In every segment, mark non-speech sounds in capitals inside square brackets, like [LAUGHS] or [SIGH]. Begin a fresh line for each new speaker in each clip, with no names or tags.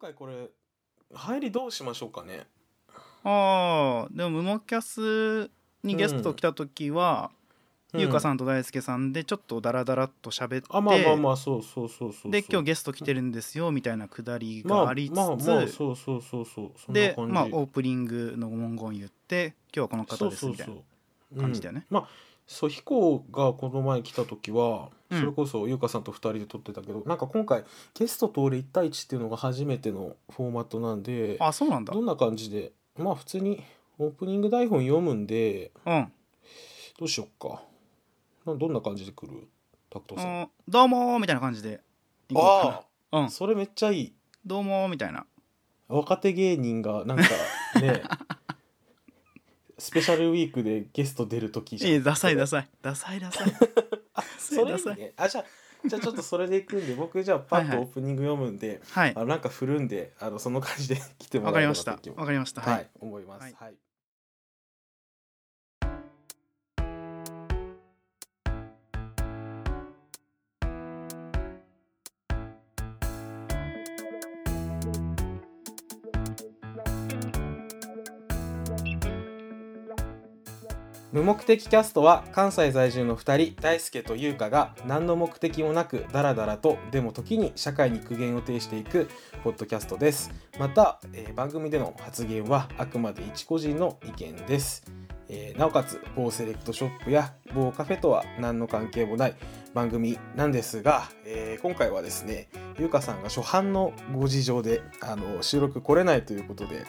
回これ入りどうしましょうかね
ああでも「ムモキャス」にゲスト来た時は、
うん
ゆうかさんと大輔さんでちょっとダラダラっと喋って、
あまあまあまあそうそうそうそうそう
で今日ゲスト来てるんですよみたいなくだり
ま
がありつつ、
まあまあそうそうそうそうそんな
で、
感じ
まあ、オープニングの文言言って今日はこの方ですみたいな
う
感じだよね
うんまあそう飛行がこの前来た時は
うん
それこそ優香さんと2人で撮ってたけど、なんか今回ゲストと俺1対1っていうのが初めてのフォーマットなんで
あそうなんだ
どんな感じでまあ普通にオープニング台本読むんで
うん
どうしよっかなどんな感じで来るタクトさん
あどうもーみたいな感じで行こうか
あ
なう
あ
ん
それめっちゃいい
どうもーみたいな
若手芸人が
[LAUGHS]
なんかねスペシャルウィークでゲスト出る時じゃん
えダサいダサいダサい
[LAUGHS]
ダサい
あ
すい
それ
ま
いい
せん
ねあじゃあじゃあちょっとそれでいくんで僕じゃあパッ
はい
と
は
オ
い
ープニング読むんで、
はい
あのなんか振るんであのその感じで来ても
わから
えれば
りました
と
わかりました
はい、
はい
思います、
はい
はい無目的キャストは関西在住の2人大輔と優香が何の目的もなくダラダラとでも時に社会に苦言を呈していくポッドキャストですまた、えー番組での発言はあくまで一個人の意見です、えーなおかつ某セレクトショップや某カフェとは何の関係もない番組なんですが、えー今回はですね優香さんが初版のご事情であの収録来れないということで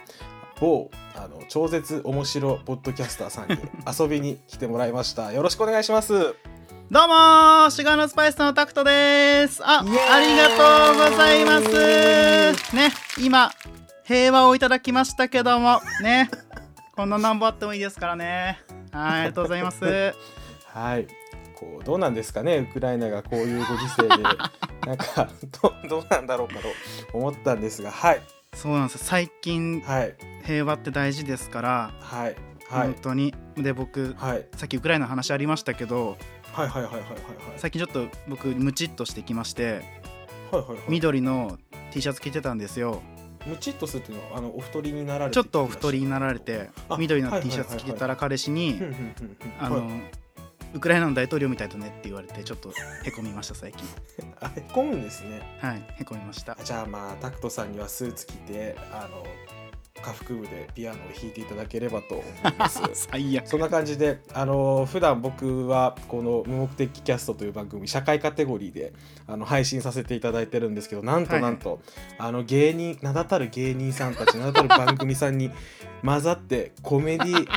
某あの超絶面白ポッドキャスターさんに遊びに来てもらいましたよろしくお願いします
どうもーシュガーのスパイスのタクトですああ
イエ
り
ーイ
がとうございますね今平和をいただきましたけどもねこんななんぼあってもいいですからねはいありがとうございます
はいこうどうなんですかねウクライナがこういうご時
[LAUGHS]
世でなんかどどうなんだろうかと思ったんですがはい
[LAUGHS] そうなんですよ最近
はい
平和って大事ですから、
はいはい、
本当にで僕
はい
さっきウクライナの話ありましたけど
はいはいはいはいはいはい
最近ちょっと僕ムチっとしてきまして
はいはいはい
緑の T シャツ着てたんですよ
むちっとするっていうのはあのお太りになられて
ちょっとお太りになられて
あ
緑の T シャツ着てたら彼氏に
ふんふんふんふん
「あ
はい
のウクライナの大統領みたいだね」って言われてちょっとへこみました最近
あへこむんですね
はいへこみました
あじゃあまあタクトさんにはスーツ着てあの下腹部でピアノを弾いていただければと思います
[LAUGHS] 最悪
そんな感じで、あの普段僕はこの「無目的キャスト」という番組社会カテゴリーであの配信させていただいてるんですけどなんとなんと、あの芸人名だたる芸人さんたち名だたる番組さんに混ざってコメディ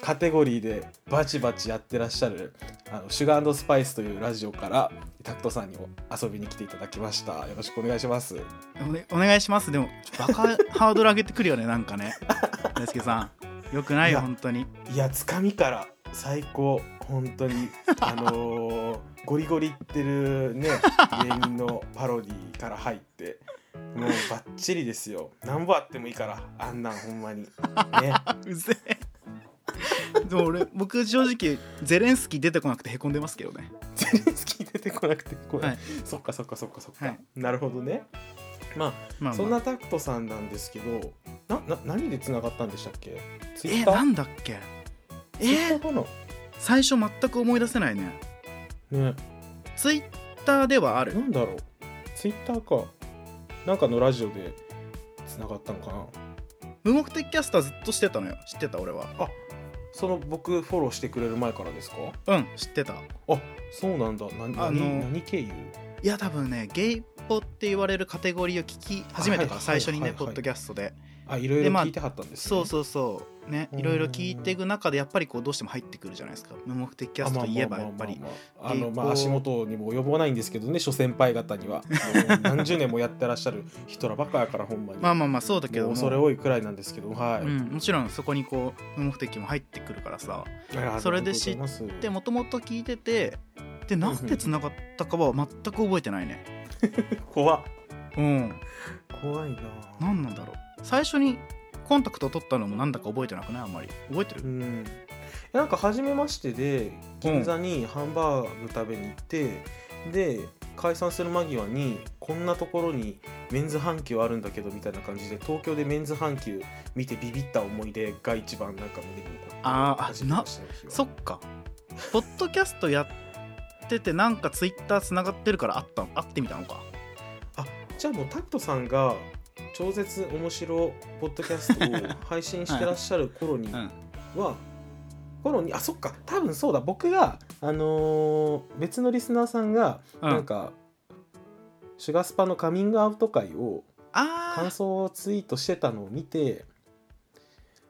カテゴリーでバチバチやってらっしゃる「あのシュガースパイス」というラジオからタクトさんにも遊びに来ていただきましたよろしくお願いします
お,、ね、お願いしますでもバカハードル上げてくるよねなんかね大輔さんよくない
い
よ
や
本
[LAUGHS]
当に
いやつかみから最高本当 [LAUGHS] にあのーゴリゴリってるね芸人のパロディから入ってもうバッチリですよなんぼあってもいいからあんなんほんま [LAUGHS] にね
うぜえでも俺僕正直ゼレンスキー出てこなくてへこんでますけどね
ゼレンスキー出てこなくてこれ、
はい
そっかそっかそっかそっか、
はい
なるほどねまあ、
まあ、まあ、
そんなタクトさんなんですけどなな何でつながったんでしたっけツイ
え
ッタ
な
ー
んだっけ
ツイッタ
え
ーかな
最初全く思い出せないね
ね
ツイッターではある
なんだろうツイッターかなんかのラジオでつながったのかな
無目的キャスターずっとしてたのよ知ってた俺は
その僕フォローしてくれる前からですか
うん知ってた
あそうなんだな
あ
何
の
何経由
いや多分ねゲイポって言われるカテゴリーを聞き始め
はいはい
たから
はい
最初に
はい
ね
はい
ポッドキャストで
あいろい
で
ろ
まあ
聞いてはったんです、ね
そうそうそうね
うん
いろいろ聞いていく中でやっぱりこうどうしても入ってくるじゃないですか無目的キャストといえばやっぱり
あまあまあまあまああのま
え
あ
ー
足元にも及ばないんですけどね諸先輩方にはもう何十年もやってらっしゃる人らばっかやからほんまに
まあまあまあそうだけど
もう
も
恐れ多いくらいなんですけどはい、
うん、もちろんそこにこう無目的も入ってくるからさ
あ
それで
ありがとうございます
でもともと聞いててでなんでつながったかは全く覚えてないね
怖っ
うん
怖いな
何なんだろう最初にコンタクト取ったのもなんだか覚えてなくないあんまり覚えて
う
る
んなんか初めましてで銀座にハンバーグ食べに行って、で解散する間際にこんなところにメンズ阪急あるんだけどみたいな感じで東京でメンズ阪急見てビビった思い出が一番なんか胸に残って
あーあ
初めて
な
知った日は
そっかポッドキャストやっててなんかツイッターつながってるからあった会ってみたのか
じゃあもうタクトさんが超絶面白ポッドキャス
[LAUGHS]
トを配信してらっしゃる頃に
うん
は頃にあそっか多分そうだ僕があのー別のリスナーさんが
うん
なんか、シュガスパのカミングアウト会を感
あ
想をツイートしてたのを見て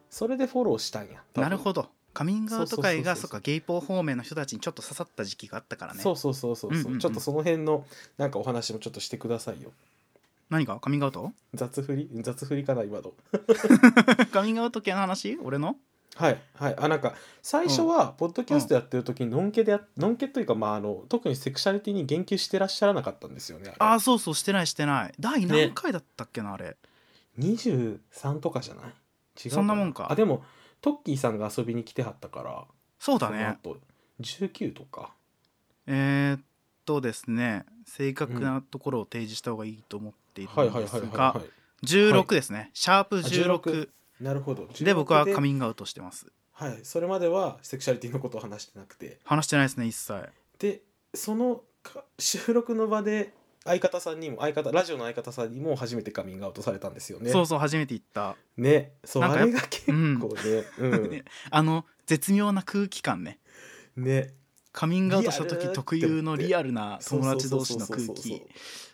それでフォローしたんや
あなる
ど、
ほどカミングアウト会が
そ
そ
そうそうそう
うっかゲイポー方面の人たちにちょっと刺さった時期があったからね
そうそうそうそう,、
うんうんうん
ちょっとその辺のなんかお話もちょっとしてくださいよ
何かカミングアウト [LAUGHS]
雑振り雑振りかな今の
カミングアウト系の話俺の
はいはいあなんか最初はポッドキャストやってる時にのんけでやのんけというかまああの特にセクシャリティに言及してらっしゃらなかったんですよね
あ
あ
あそうそうしてないしてない第何回だったっけなあれ
れ23とかじゃない違う
そんなもんか
あでもトッキーさんが遊びに来てはったから
そうだね
その後19とか
えー、っとですね正確なところを提示した方がいいと思っている
はい
ん
はい
で
はい
す
はい
が
はい
16ですね、シャープ16
16なるほど
で僕はカ
ン
ミングアウトしてます
はいそれまではセクシャリティのことを話してなくて
話してないですね一切
でそのか収録の場で相方さんにも相方ラジオの相方さんにも初めてカミングアウトされたんですよね
そうそう初めて言った
ねそう
なん
あ
かやっ
れが結構ね、うん
[LAUGHS] あの絶妙な空気感ね [LAUGHS]
ね
カミングアウトした時
リアルって思って
特有のリアルな友達同士の空
そうそうそうそう
気
そ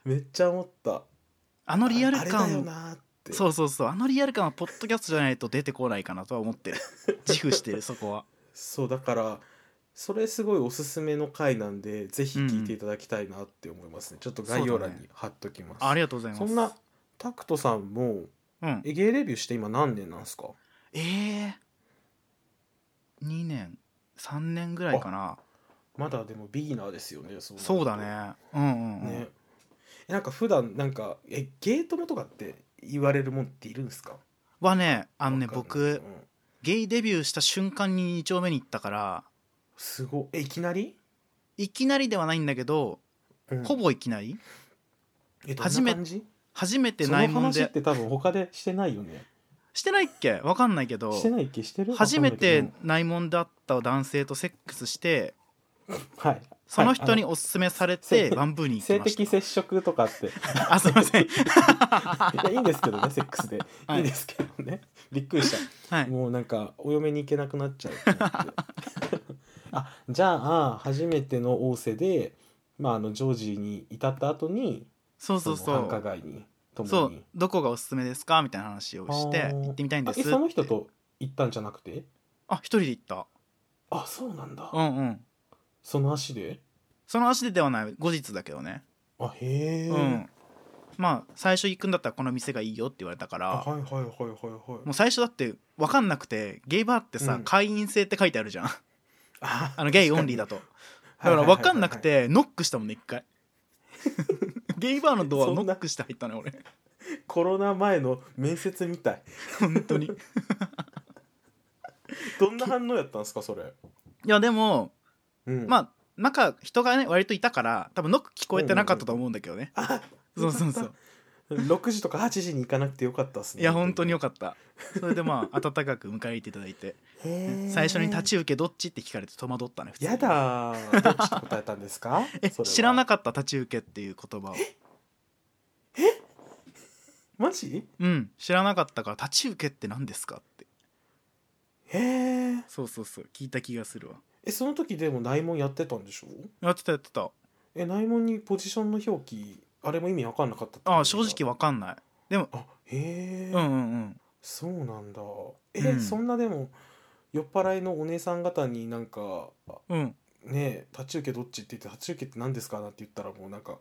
うめっちゃ思った
あのリアル
ああれだよ
感
なーって
そうそうそうあのリアル感はポッドキャストじゃないと出てこないかなとは思って
[LAUGHS]
る自負してるそこは
そうだからそれすごいおすすめの回なんでぜひ聞いていただきたいなって思いますね、ちょっと概要欄に貼っときます、
ありがとうございます
そんなタクトさんも
うん
えゲイレビューして今何年なんですか
ええ2年3年ぐらいかな
まだでもビギナーですよねそなると
そうだねうんうん、うん
ねえなんか普段なんかえゲイ友とかって言われるもんっているんですか
はねあのね
わかんない
僕
うん
ゲイデビューした瞬間に2丁目に行ったから
すごいえいきなり、
いきなりではないんだけど、
うん
ほぼいきなり
えどん
初め
な感じ
初めて
そ
ない
の
もん
話っ
で
て多分他でしてないよね
してないっけわかんないけど
してないっけしてる
初め
わ
て
かん
ないもんで会った男性とセックスして
ないけどはい
その人に
はい
おすすめされ
あ
て
の
バンブーに
あの
行き
性
まし
的接触とかって [LAUGHS] い
た [LAUGHS] あすいません
やいいんですけどねセックスで、、
はいい
いですけど
[LAUGHS]
ねびっくりした
はい
もうなんかお嫁に行けなくなっちゃうと思って
[LAUGHS]
あじゃあ初めての仰せで、まあ、あのジョージに至った後に
そうそう
の繁華
そ
街に
う
共
そ
に
うどこがおすすめですかみたいな話をして
あー
行ってみたいん
あ
で
え
す
その人と行ったんじゃなくて
あ一人で行った
あそうなんだ、
うんうん
その足で
その足でではない後日だけどね
あへえ、
うんまあ最初行くんだったらこの店がいいよって言われたか
あ
ら
はいはいはいはいはい
もう最初だって分かんなくてゲイバーってさ、
うん
会員制って書いてあ
[LAUGHS]
るじゃん
あ
あのゲイオンリーだとだ
は
か
い
ら
はいはいはい
分かんなくてノックしたもんね一
[LAUGHS]
回ゲイバーのドア
そんな
ノックして入ったの
[LAUGHS]
よ俺
コロナ前の面接みたい
本当にい
どんな反応やったんですかそれ、
やでも、
うん、
ま
あ
あ中人がね割といたから多分ノック聞こえてなかったと思うんだけどね、
うんうん
そうそうそう
[LAUGHS] 6時とか8時に行かなくてよかったっすね
いや本当によかったそれでまあ温かく迎え入れていただいて
へー
最初に立ち受けどっちって聞かれて戸惑ったね普通に
やだーどっちと答えたんですか
え
それは
知らなかった立ち受けっていう言葉を
マジ
うん知らなかったから立ち受けって何ですかって
へー
そうそうそう聞いた気がするわ
えその時でも内門やってたんでしょ
やってたやってた
え内門にポジションの表記あれも意味わかんなかったってこと
ああ正直わかんない
あへえ、
うんうんうん
そうなんだえ、
うん
そんなでも酔っ払いのお姉さん方になんか
うん
ねえ立ち受けどっちって言って立ち受けって何ですかなんて言ったらもうなんか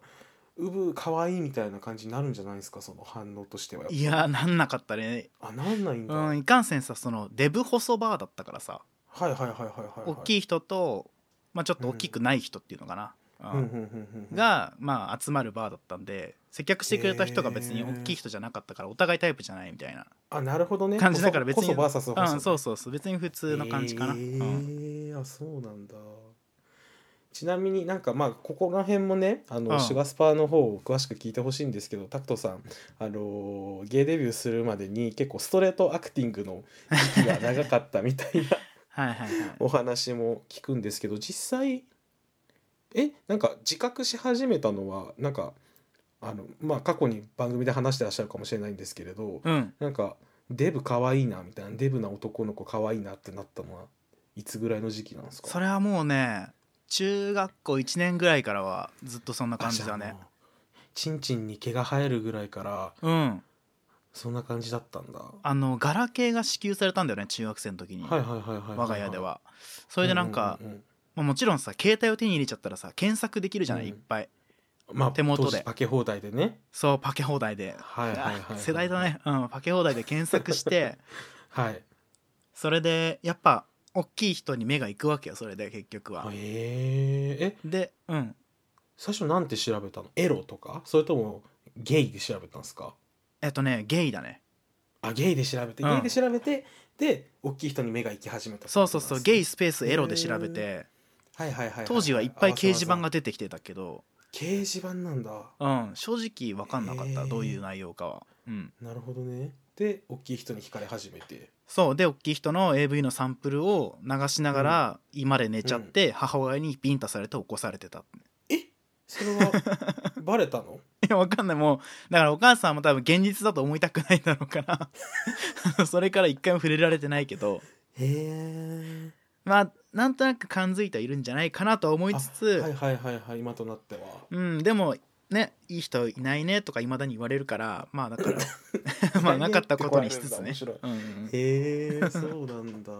うぶかわいいみたいな感じになるんじゃないですかその反応としてはやっぱ
いやなんなかったね
あなんないんだ、
う
は
ん
い
いかんせんさそのデブ細バーだったからさ
はいはいはいはいはい
大きい人とまあちょっと大きくない人っていうのかな
うん
う
うん
ん
うんうん
がまあ集まるバーだったんで接客してくれた人が別に
へー
大きい人じゃなかったからお互いタイプじゃないみたいな
あなるほどね
感じだから別に
こそこそ VS
うんそう
普
そうそう別に普通の感じかなう
え
ん
あそうなんだちなみになんかまあここら辺もねあの、
うん
シュガスパーの方を詳しく聞いてほしいんですけどタクトさん、あのーゲイデビューするまでに結構ストレートアクティングの時期が長かったみたいな
はいはいはい。
お話も聞くんですけど実際えなんか自覚し始めたのはなんかあのまあ過去に番組で話してらっしゃるかもしれないんですけれど、
うん。
なんかデブ可愛いなみたいなデブな男の子可愛いなってなったのはいつぐらいの時期なんですか
それはもうね、中学校1年ぐらいからはずっとそんな感じ
あ
だ
じゃあ
ね
も。うチンチンに毛が生えるぐらいから
うん。
そんな感じだったんだは
あの、ガラケーが支給されたんだよね、中学生の時
い
に。
はいはいはいはい
我が家では。それでなんか、
うううん
まあもちろんさ、携帯を手に入れちゃったらさ、検索できるじゃない、
うん
いっぱい。
まあ
手元で
当時パケ放題でね
そう、パケ放題で。
はいはいはいはい
あ世代だね。うん、パケ放題で検
[LAUGHS]
索して、
はい
それで、やっぱ、大きい人に目が行くわけよ、それで、結局は。
えー、え
で、うん。
最初なんて調べたのエロとかそれともゲイで調べたんですか
えっとね、ゲイだね。
あゲイで調べて、
うん
ゲイで調べてで大きい人に目が行き始めたってこと
そ
なん
う
です
そ
ね
うそう、ゲイスペースエロで調べて、
はいはいはいはい
当時はいっぱい掲示板
あ
が出てきてたけど、
掲示板なんだ
うん、正直わかんなかっ
へ
た、
ー
どういう内容かは。うん。
なるほどねで大きい人に惹かれ始めて
そう、で、大きい人の AV のサンプルを流しながら、居まで寝ちゃって、母親にビンタされて起こされてた。 [LAUGHS]
それはバレたの
いや、わかんない。もう、だからお母さんも多分現実だと思いたくないんだろうから。 [LAUGHS] それから一回も触れられてないけど、
へえ
まあ、なんとなく感づいてはいるんじゃないかなとは思いつつ、
はいはいはいはい今となっては
うん、でも、ね、いい人いないねとかいまだに言われるから、まあ
[LAUGHS]
だから、まあなかったことにしつつね
面。白い
うんうん
へえそうなんだ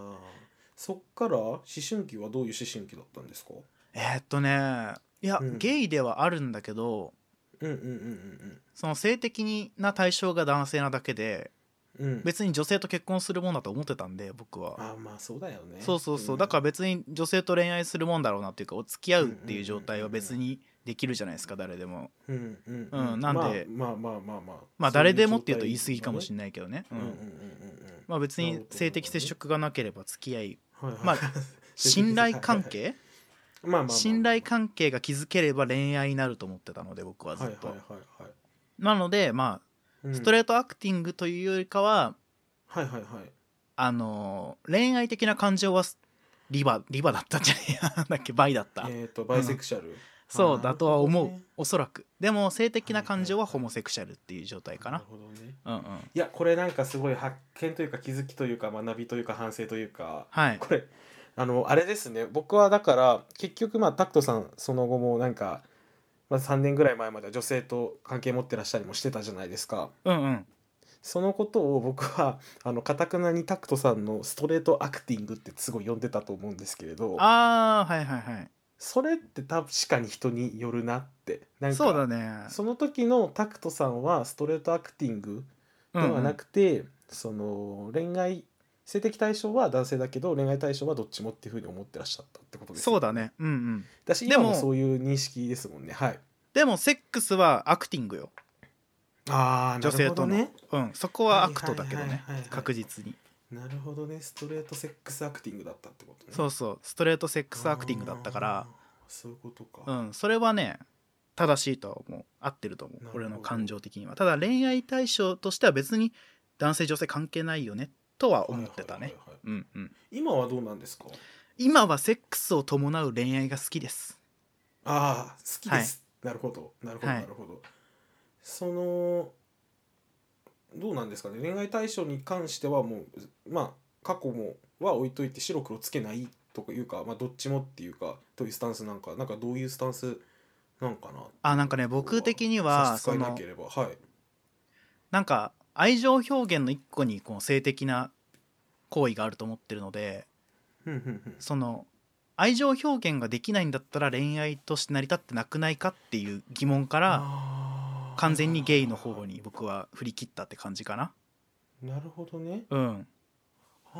そっから思春期はどういう思春期だったんですか
えーっとね、いや、
うん
ゲイではあるんだけど、
うんうんうん
その性的な対象が男性なだけ
うんう
で、
ん
別に女性と結婚するもんだと思ってたんで、僕は。
あまあそうだよね
そうそうそう、だから別に女性と恋愛するもんだろうなっていうかお付き合うっていう状態は別にできるじゃないですか誰でも
らうんうん
うんなんで
まあまあまあまあまあ
まあ誰でもっていうと言い過ぎかもし
れ
れないけどね、う
うんうんうん
ん
うんうん
まあ、別
なる
に
ほど
性的接触がなければ付き
[LAUGHS]
合い
はいはい
まあ信頼関係
[LAUGHS] まあまあまあ
信頼関係が築ければ恋愛になると思ってたので僕はずっと、
はいはいはいはい
なのでま
う
あ
ん
ストレートアクティングというよりかは
はいはいはい
あのー恋愛的な感情はリバリバだったんじゃねえやだっけバイだった
えっ、とバイセクシャル、
そ
あ
う
ー
だとは思う、
なるほどね
おそらくでも性的な感情
は
はい
はいはい
ホモセクシャルっていう状態か
な
な
る、ほどね
うんうん
いやこれなんかすごい発見というか気づきというか学びというか反省というか
はい
[LAUGHS] これあのあれですね僕はだから結局まあタクトさんその後もなんか、まあ、3年ぐらい前までは女性と関係持ってらっしゃりもしてたじゃないですか
うんうん
そのことを僕はあのかたくなにタクトさんのストレートアクティングってすごい呼んでたと思うんですけれど
ああはいはいはい
それって確かに人によるなってなんか
そうだね
その時のタクトさんはストレートアクティングではなくて、その恋愛性的対象は男性だけど恋愛対象はどっちもっていうふうに思ってらっしゃったってこと
うん
で
うん
す
そうだねうんうん
だし
で
今
も
もそういう認識ですもんねはい
でもセックスはアクティングよ
あ
女性との、
ね
うんそこはアクトだけど
はい
ね
はいはいはい
確実に
なるほどねストレートセックスアクティングだったってことね
そううそうストレートセックスアクティングだったから
そういうことか、
うんそれはね正しいとは思う合ってると思
なる
う
ほど
俺の感情的にはただ恋愛対象としては別に男性女性関係ないよねとは思ってた
はい
ね
はいはいはい
うんうん
今はどうなんですか
今はセックスを伴う恋愛が好きです
ああ好き
は
で
い
す、なるほどなるほど、
はい
なるほどそのどうなんですかね恋愛対象に関してはもうまあ過去もは置いといて白黒つけないとかいうか、まあ、どっちもっていうかというスタンスなんかなんかどういうスタンスなんかな
あなんかね僕的に
差し
は
支
そ
えな
の
ければはい
なんか愛情表現の一個にこう性的な行為があると思ってるので
ふんふんふん
その愛情表現ができないんだったら恋愛として成り立ってなくないかっていう疑問から
あー
完全にゲイの方に僕は振り切ったって感じかな
なるほどね
うん
あ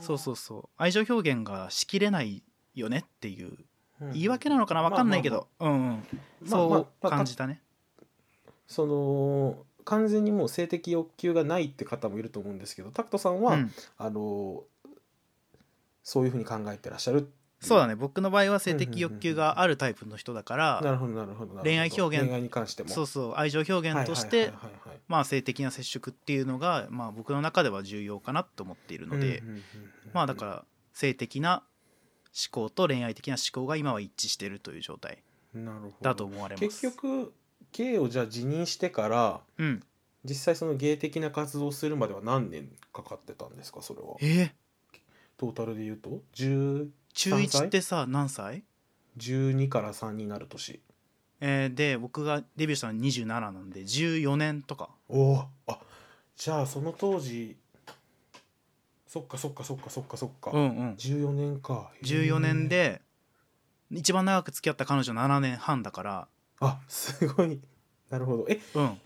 ー
そうそうそう愛情表現がしきれないよねっていう
うん
言い訳なのかなわかんないけどうんうん
まあまあ
そ
ま
う
あまあ
感じたね
その完全にもう性的欲求がないって方もいると思うんですけどタクトさん
う
は、
ん
あのそういうふうに考えてらっしゃるっ
そうだね僕の場合は性的欲求があるタイプの人だから、
なるほどなるほどなるほど
恋愛表現
恋愛に関しても
そうそう愛情表現として、
はいはいはいはいはい
まあ、性的な接触っていうのが、まあ、僕の中では重要かなと思っているので、
うんうんうんうん
まあだから性的な思考と恋愛的な思考が今は一致しているという状態
なるほど
だと思われます
結局芸をじゃあ辞任してから
うん
実際その芸的な活動をするまでは何年かかってたんですかそれは
えー
トータルで言うと10
中1ってさ何歳
12から3になる年
えーで僕がデビューしたの27なんで14年とか
おおあじゃあその当時そっかそっかそっかそっかそっか、
うんうん
14年かへー
14年で一番長く付き合った彼女7年半だから
あすごいなるほどえ
うん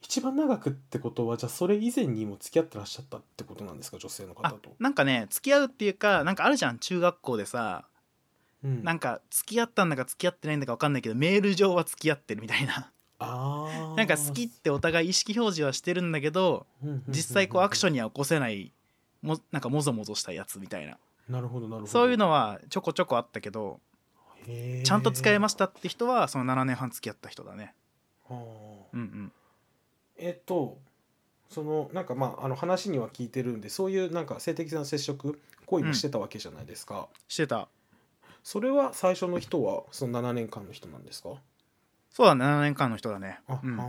一番長くってことはじゃあそれ以前にも付き合ってらっしゃったってことなんですか女性の方
あ
と、
なんかね付き合うっていうかなんかあるじゃん中学校でさ
うん
なんか付き合ったんだか付き合ってないんだか分かんないけどメール上は付き合ってるみたいな
あー
なんか好きってお互い意識表示はしてるんだけど
うんうんうんうん
実際こうアクションには起こせないもなんかもぞもぞしたやつみたいな
なるほどなるほど
そういうのはちょこちょこあったけど
へー
ちゃんと使えましたって人はその7年半付き合った人だね
はあ
うんうん
えっとそのなんかまああの話には聞いてるんでそういうなんか性的な接触行為もしてたわけじゃないですか、
してた
それは最初の人はその7年間の人なんですか
そうだね7年間の人だね
あ、
うん
あ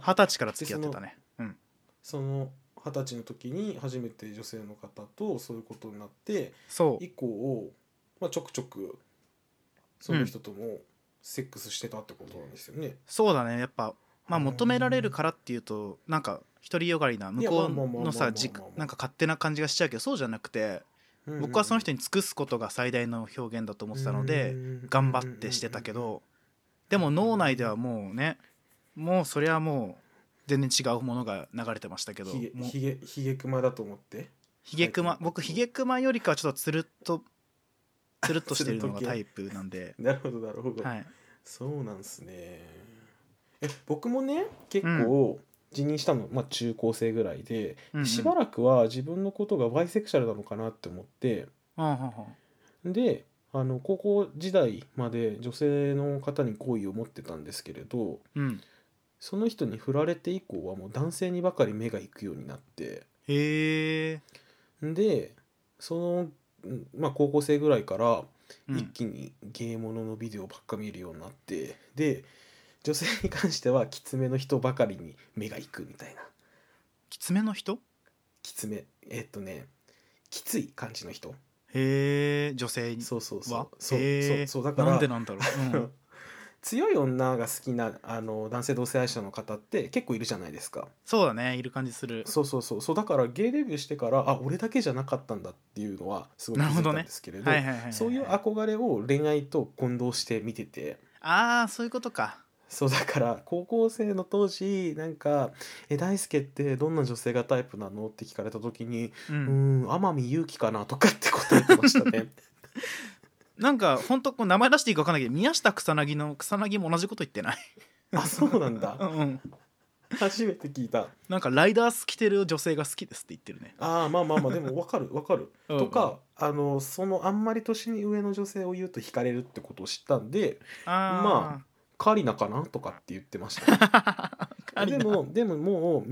ー
二十歳から付き合ってたねうん
その二十歳の時に初めて女性の方とそういうことになって
そう
以降、まあ、ちょくちょくその人ともセックスしてたってことなんですよね。
そうだねやっぱまあ求められるからっていうとなんか独りよがりない
い
向こ
やまあまあまあまあまあまあま
う
あ
のさじなんか勝手な感じがしちゃうけどそうじゃなくて僕はその人
に
に尽くすことが最大の表現だと思ってたので頑張ってしてたけどでも脳内ではもうねもうそれはもう全然違うものが流れてましたけど
ひげ
もう
ひげひげ熊だと思って
ヒゲクマ僕ヒゲクマよりかはちょっとつるっとつるっとしてるのがタイプなんで
なるほどなるほど、
はい
そうなんですねえ僕もね結構辞任したの、まあ、中高生ぐらいで、
うんうん
しばらくは自分のことがバイセクシャルなのかなって思って
うんうんうん
であの高校時代まで女性の方に好意を持ってたんですけれど
うん
その人に振られて以降はもう男性にばかり目が行くようになって
へえ
でその、うんまあ、高校生ぐらいから
うん
一気にゲーもののビデオばっか見るようになって、で女性に関してはきつめの人ばかりに目が行くみたいな
きつめの人
きつめえっとねきつい感じの人
へえ女性
そうそうそ
は
うそう
へ
そう
え
そうだから
なんでなんだろ
[LAUGHS]
う、うん、
強い女が好きなあの男性同性愛者の方って結構いるじゃないですか
そうだねいる感じする
そうそうそうそうだからゲイデビューしてからあ俺だけじゃなかったんだっていうのはすごい気づいたんですけれど
はいはいはいはい
そういう憧れを恋愛と混同して見てて
ああそういうことか
そうだから高校生の当時なんか「え大輔ってどんな女性がタイプなの?」って聞かれた時に「
う
うんーん天海祐希かな」とかって答えてましたね。
なんか本当こう名前出していいか分かんないけど宮下草薙の草薙も同じこと言ってない
あそうなん
う
だ
ん、うん、
初めて聞いた
なんかライダース着てる女性が好きですって言ってるね
あーまあまあまあでもわかるわかると
と
かあのそのあんまり年に上の女性を言うと惹かれるってことを知ったんで
あ
「カリナかな?」とかって言ってました
まあ [LAUGHS] カリ
で
ナ
もでももう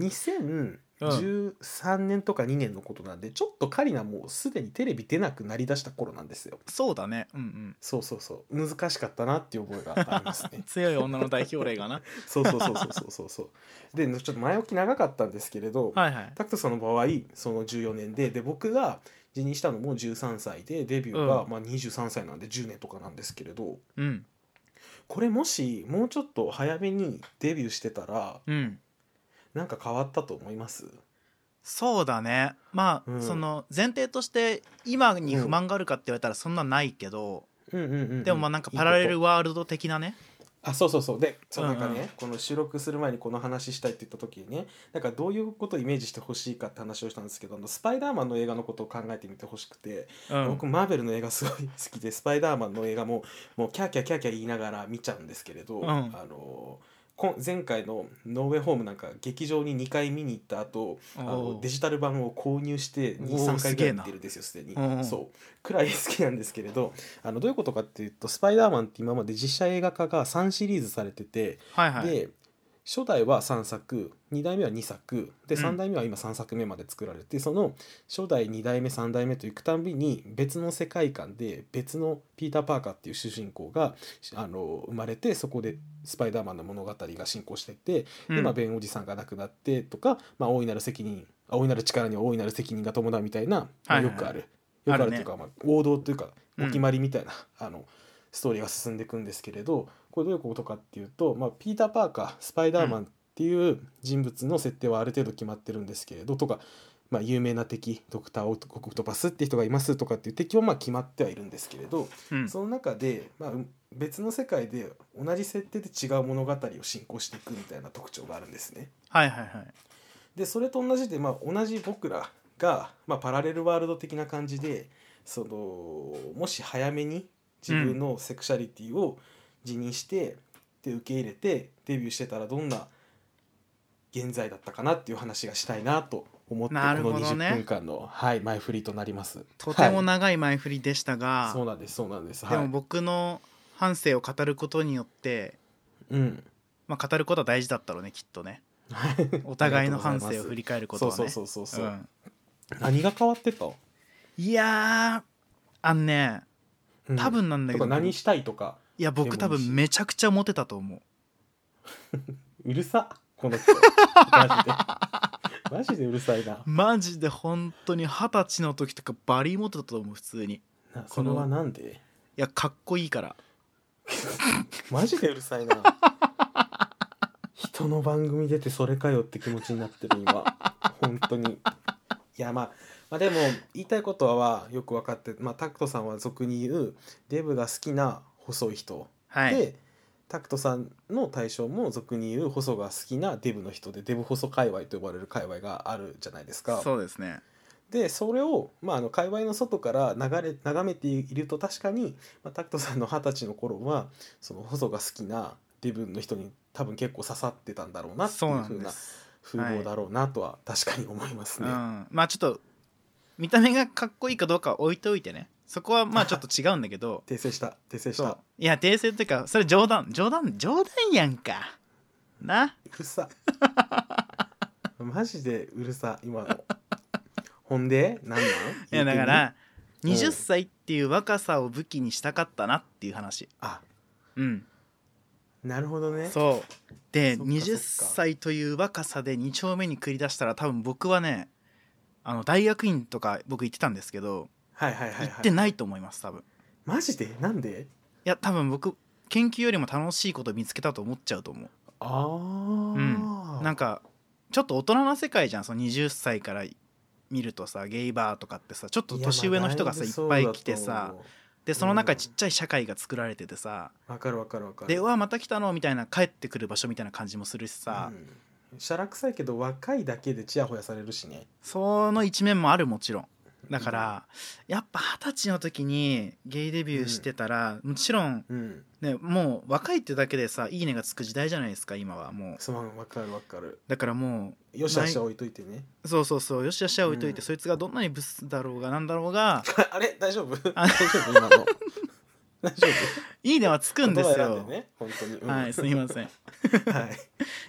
2013年とか2年のことなんで、ちょっとカリナもうすでにテレビ出なくなりだした頃なんですよ
[LAUGHS] そうだねうん
そうそうそう難しかったなっていう覚えがあります
う
ね
ん強い女の代表例がな
[LAUGHS] そうそうそうそうそうそうそうでちょっと前置き長かったんですけれど、
はいはい
タクトさんの場合その14年でで僕が辞任したのも13歳でデビューが、
う
まあ、23歳なんで10年とかなんですけれど
うん
これもしもうちょっと早めにデビューしてたら
うん
なんか変わったと思います
そうだねまあ、
うん
その前提として今に不満があるかって言われたらそんなないけど、
うんうんうんうん
でもまあなんかパラレ
いい
ル
こ
ワールド的なね
とあそうそうそうでそうなんかね、
うんうん
この収録する前にこの話したいって言った時にねなんかどういうことをイメージしてほしいかって話をしたんですけどあのスパイダーマンの映画のことを考えてみてほしくて、
うん
僕マーベルの映画すごい好きでスパイダーマンの映画ももうキャーキャーキャーキャー言いながら見ちゃうんですけれど、
うん
あのーこん前回の「ノーウェイホーム」なんか劇場に2回見に行った後あのデジタル版を購入して
おー
23回
す
ぐ
げ
ら
え
い見
な
てるんですよすでに、
うんうん
そうくらい好きなんですけれどあのどういうことかっていうと「スパイダーマン」って今まで実写映画化が3シリーズされてて、
はいはい
で初代は3作2代目は2作で
うん
3代目は今3作目まで作られて、その初代2代目3代目と行くたんびに別の世界観で別のピーター・パーカーっていう主人公があの生まれてそこでスパイダーマンの物語が進行してって、
う
で
ん
まあ、ベンおじさんが亡くなってとか、まあ、大いなる責任あ大いなる力には大いなる責任が伴うみたいな、まあ
はい
よ
はいはい
くあるよくあるというか、まあ、王道というか
うん
お決まりみたいな、あのストーリーが進んでいくんですけれどこれどういうことかっていうと、まあ、ピーター・パーカースパイダーマンっていう人物の設定はある程度決まってるんですけれどとか、まあ、有名な敵ドクター・オクトパスって人がいますとかっていう敵はまあ決まってはいるんですけれど、
うん
その中で、まあ、う別の世界で同じ設定で違う物語を進行していくみたいな特徴があるんですね。
はいはいはい
でそれと同じで、まあ、同じ僕らが、まあ、パラレルワールド的な感じでそのもし早めに自分のセクシャリティを辞任して、で受け入れてデビューしてたらどんな現在だったかなっていう話がしたいなと思って、
なる
こ
ほど
の
ね
20分間の、はい、前振りとなります。
とても
は
長い前振りでした
い、
が、
そうなんですそうなんです。
で
は
も
い、
僕の反省を語ることによって、
うん、
まあ、語ることは大事だったろうねきっとね [LAUGHS] お互いの反省を振り返ること
そう
は
そう
ね
そうそうそう、
うん
何が変わってた、
いやーあのね
うん
多分なんだ
と
け
か
ど、
何
い
したいとか
や僕多分めちゃくちゃモテたと思う
うるさこの人マジ
[LAUGHS]
でマジでうるさいな
マジで本当に二十歳の時とかバリモテたと思う普通にい
なそれはなんで
やかっこいいから
マジでうるさい
[LAUGHS]
な人の番組出てそれかよって気持ちになってる今本当にいやまあまあでも言いたいことははよく分かって、まあ、タクトさんは俗に言うデブが好きな細い人
はい
でタクトさんの対象も俗に言う細が好きなデブの人でデブ細界隈と呼ばれる界隈があるじゃないですか。
そうですね
でそれを、まあ、あの界隈の外から流れ眺めていると確かに、まあ、タクトさんの二十歳の頃はその細が好きなデブの人に多分結構刺さってたんだろうなって
そう
いう
な
風
んで
な
す
風貌だろうなとは確かに思います
う
ね。
ん、まあちょっと見た目がかっこいいかどうかは置いておいてねそこはまあちょっと違うんだけ [LAUGHS] ど
訂正した訂正し
そ
た
う
う
いや訂正っていうかそれ冗談冗談冗談やんかな
るさマジでうるさ今のほんでなんなん
いやだ
言
か
うてみ
ら
言ってみ
20歳っていう若さを武器にしたかったなっていう話
あ
うん
なるほどね
そうで
そっかそっか
20歳という若さで2丁目に繰り出したら多分僕はねあの大学院とか僕行ってたんですけど
はいはいはい、
行
は
っ
い、
てないと思います多分
マジでなんで
いや多分僕研究よりも楽しいこと見つけたと思っちゃうと思う
ああ、
うんなんかちょっと大人な世界じゃんその20歳から見るとさゲイバーとかってさちょっと年上の人がさいっぱい来てさでその中にちっちゃい社会が作られててさ、
わかるわかるわかる
で「うわまた来たの」みたいな帰ってくる場所みたいな感じもするしさ、
うん、しゃらくさいけど若いだけでちやほやされるしね
その一面もあるもちろんだから、やっぱ二十歳の時にゲイデビューしてたら、もちろん、
うん
ね、もう若いってだけでさ「いいね」がつく時代じゃないですか今はもう
すまんわかるわかる
だからも
よしあしは置いといてね
うそうそうそうよしよしは置いといて、
うん
そいつがどんなにブスだろうがなんだろうが
[LAUGHS] あれ大丈夫
あ
大丈夫
[LAUGHS]
今の大丈
「いいね」はつく
夫
んです
[LAUGHS] 言葉選
よ
ん、ね本当に、うん
はいすみません
は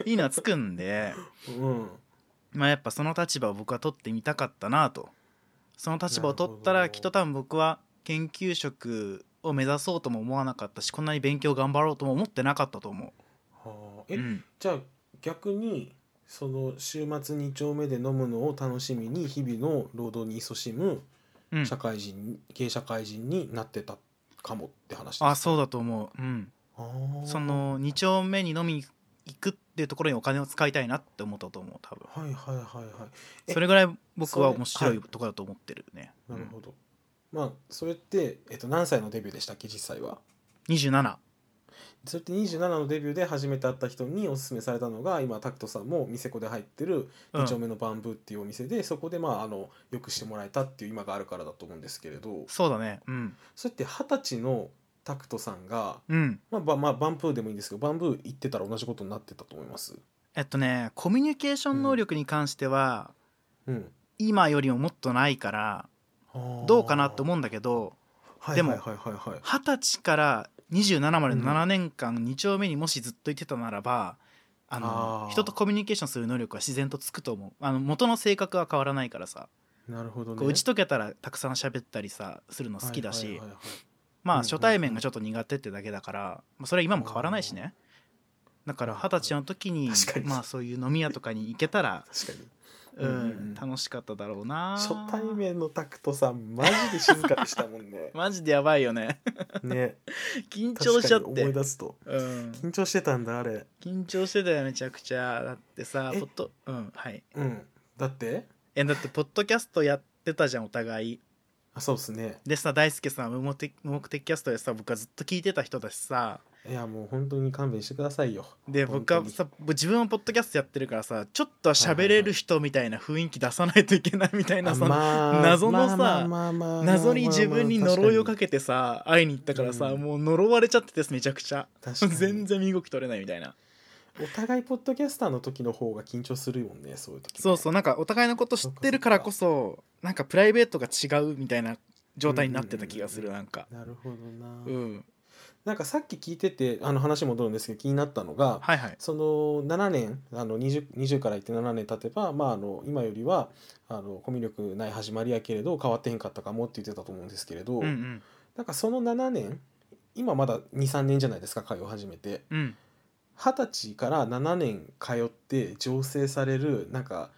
い
「いいね」はつくんで [LAUGHS]
うん
まあやっぱその立場を僕は取ってみたかったなとその立場を取っ
な
た
る
ら
ほど
きっと多分僕は研究職を目指そうとも思わなかったしこんなに勉強頑張ろうとも思ってなかったと思
はあ
う、
え、
うん、
じゃあ逆にその週末2丁目で飲むのを楽しみに日々の労働に勤しむ
うん
社会人、芸社会人になってたかもって話です
あそうだと思う、うん、
あー
その2丁目に飲みに行くっていうところにお金を使いたいなって思ったと思う多分
はいはいはいはいえ
それぐらい僕は
それ
面白
はい
いところだと思ってるね、
なるほど。まあそれって、えっと、何歳のデビューでしたっけ実際は。
うん、27
それって27のデビューで初めて会った人におすすめされたのが今タクトさんも店子で入ってる
うん
2丁目のバンブーっていうお店で、そこでまああのよくしてもらえたっていう今があるからだと思うんですけれど
そうだねうん
それって二十歳のタクトさんが、
うん
まあばまあ、バンプーでもいいんですけどバンプー行ってたら同じことになってたと思います。
えっとねコミュニケーション能力に関しては、
うん、
今よりももっとないからどうかなと思うんだけど
う
でも
はいはいはいはいはい、
二十歳から27までの
うん
7年間2丁目にもしずっといてたならばあの
あー
人とコミュニケーションする能力は自然とつくと思うあの元の性格は変わらないからさ
なるほどね。
こう打ち解けたらたくさん喋ったりさするの好きだし、
はいはいはいはい
ま
うん
あ
うん
初対面がちょっと苦手ってだけだから、まあ、それは今も変わらないしねだから二十歳の時に
確かに
まあそういう飲み屋とかに行けたら、
確かに
う
[LAUGHS]
ん
うんうん
楽しかっただろうな
初対面のタクトさんマジで静かでしたもんね
マジでやばいよ [LAUGHS] ね [LAUGHS]
ね
緊張
確
しち
か
ゃっ
に思
て
い、出すと
うん、
緊張してたんだあれ
緊張してたよめちゃくちゃだってさ
え
ポッドうんはい
うんだって
えだってポッドキャストやってたじゃんお互い
あそうですね
でさ大輔さんは無目的無目的キャストでさ僕はずっと聞いてた人だしさ
いやもう本当に勘弁してくださいよ
で
本
僕は
当に
さ僕自分はポッドキャストやってるからさちょっとは喋れる人みたいな雰囲気出さないといけないみたいな
あ
さ、
ま
謎のさ
まあまあまあまあ
謎に自分に呪いをか
け
けてさ会いに行ったからさ、
うん
もう呪われちゃっててめちゃくちゃ全
全然
然身動き取れないみたいな
お互いポッドキャスターの時の方が緊張するもんねそういう時ね
そうそうなんかお互いのこと知ってるからこそなんかプライベートが違うみたいな状態になってた気がするなんか
なるほどな、
うん
なんかさっき聞いててあの話戻るんですけど気になったのが、
はいはい
その7年あの 20, 20から言って7年経てば、まあ、あの今よりはあのコミュ力ない始まりやけれど変わってへんかったかもって言ってたと思うんですけれど、
うんうん
なんかその7年今まだ23年じゃないですか通い始めて
うん
二十歳から7年通って醸成されるなんか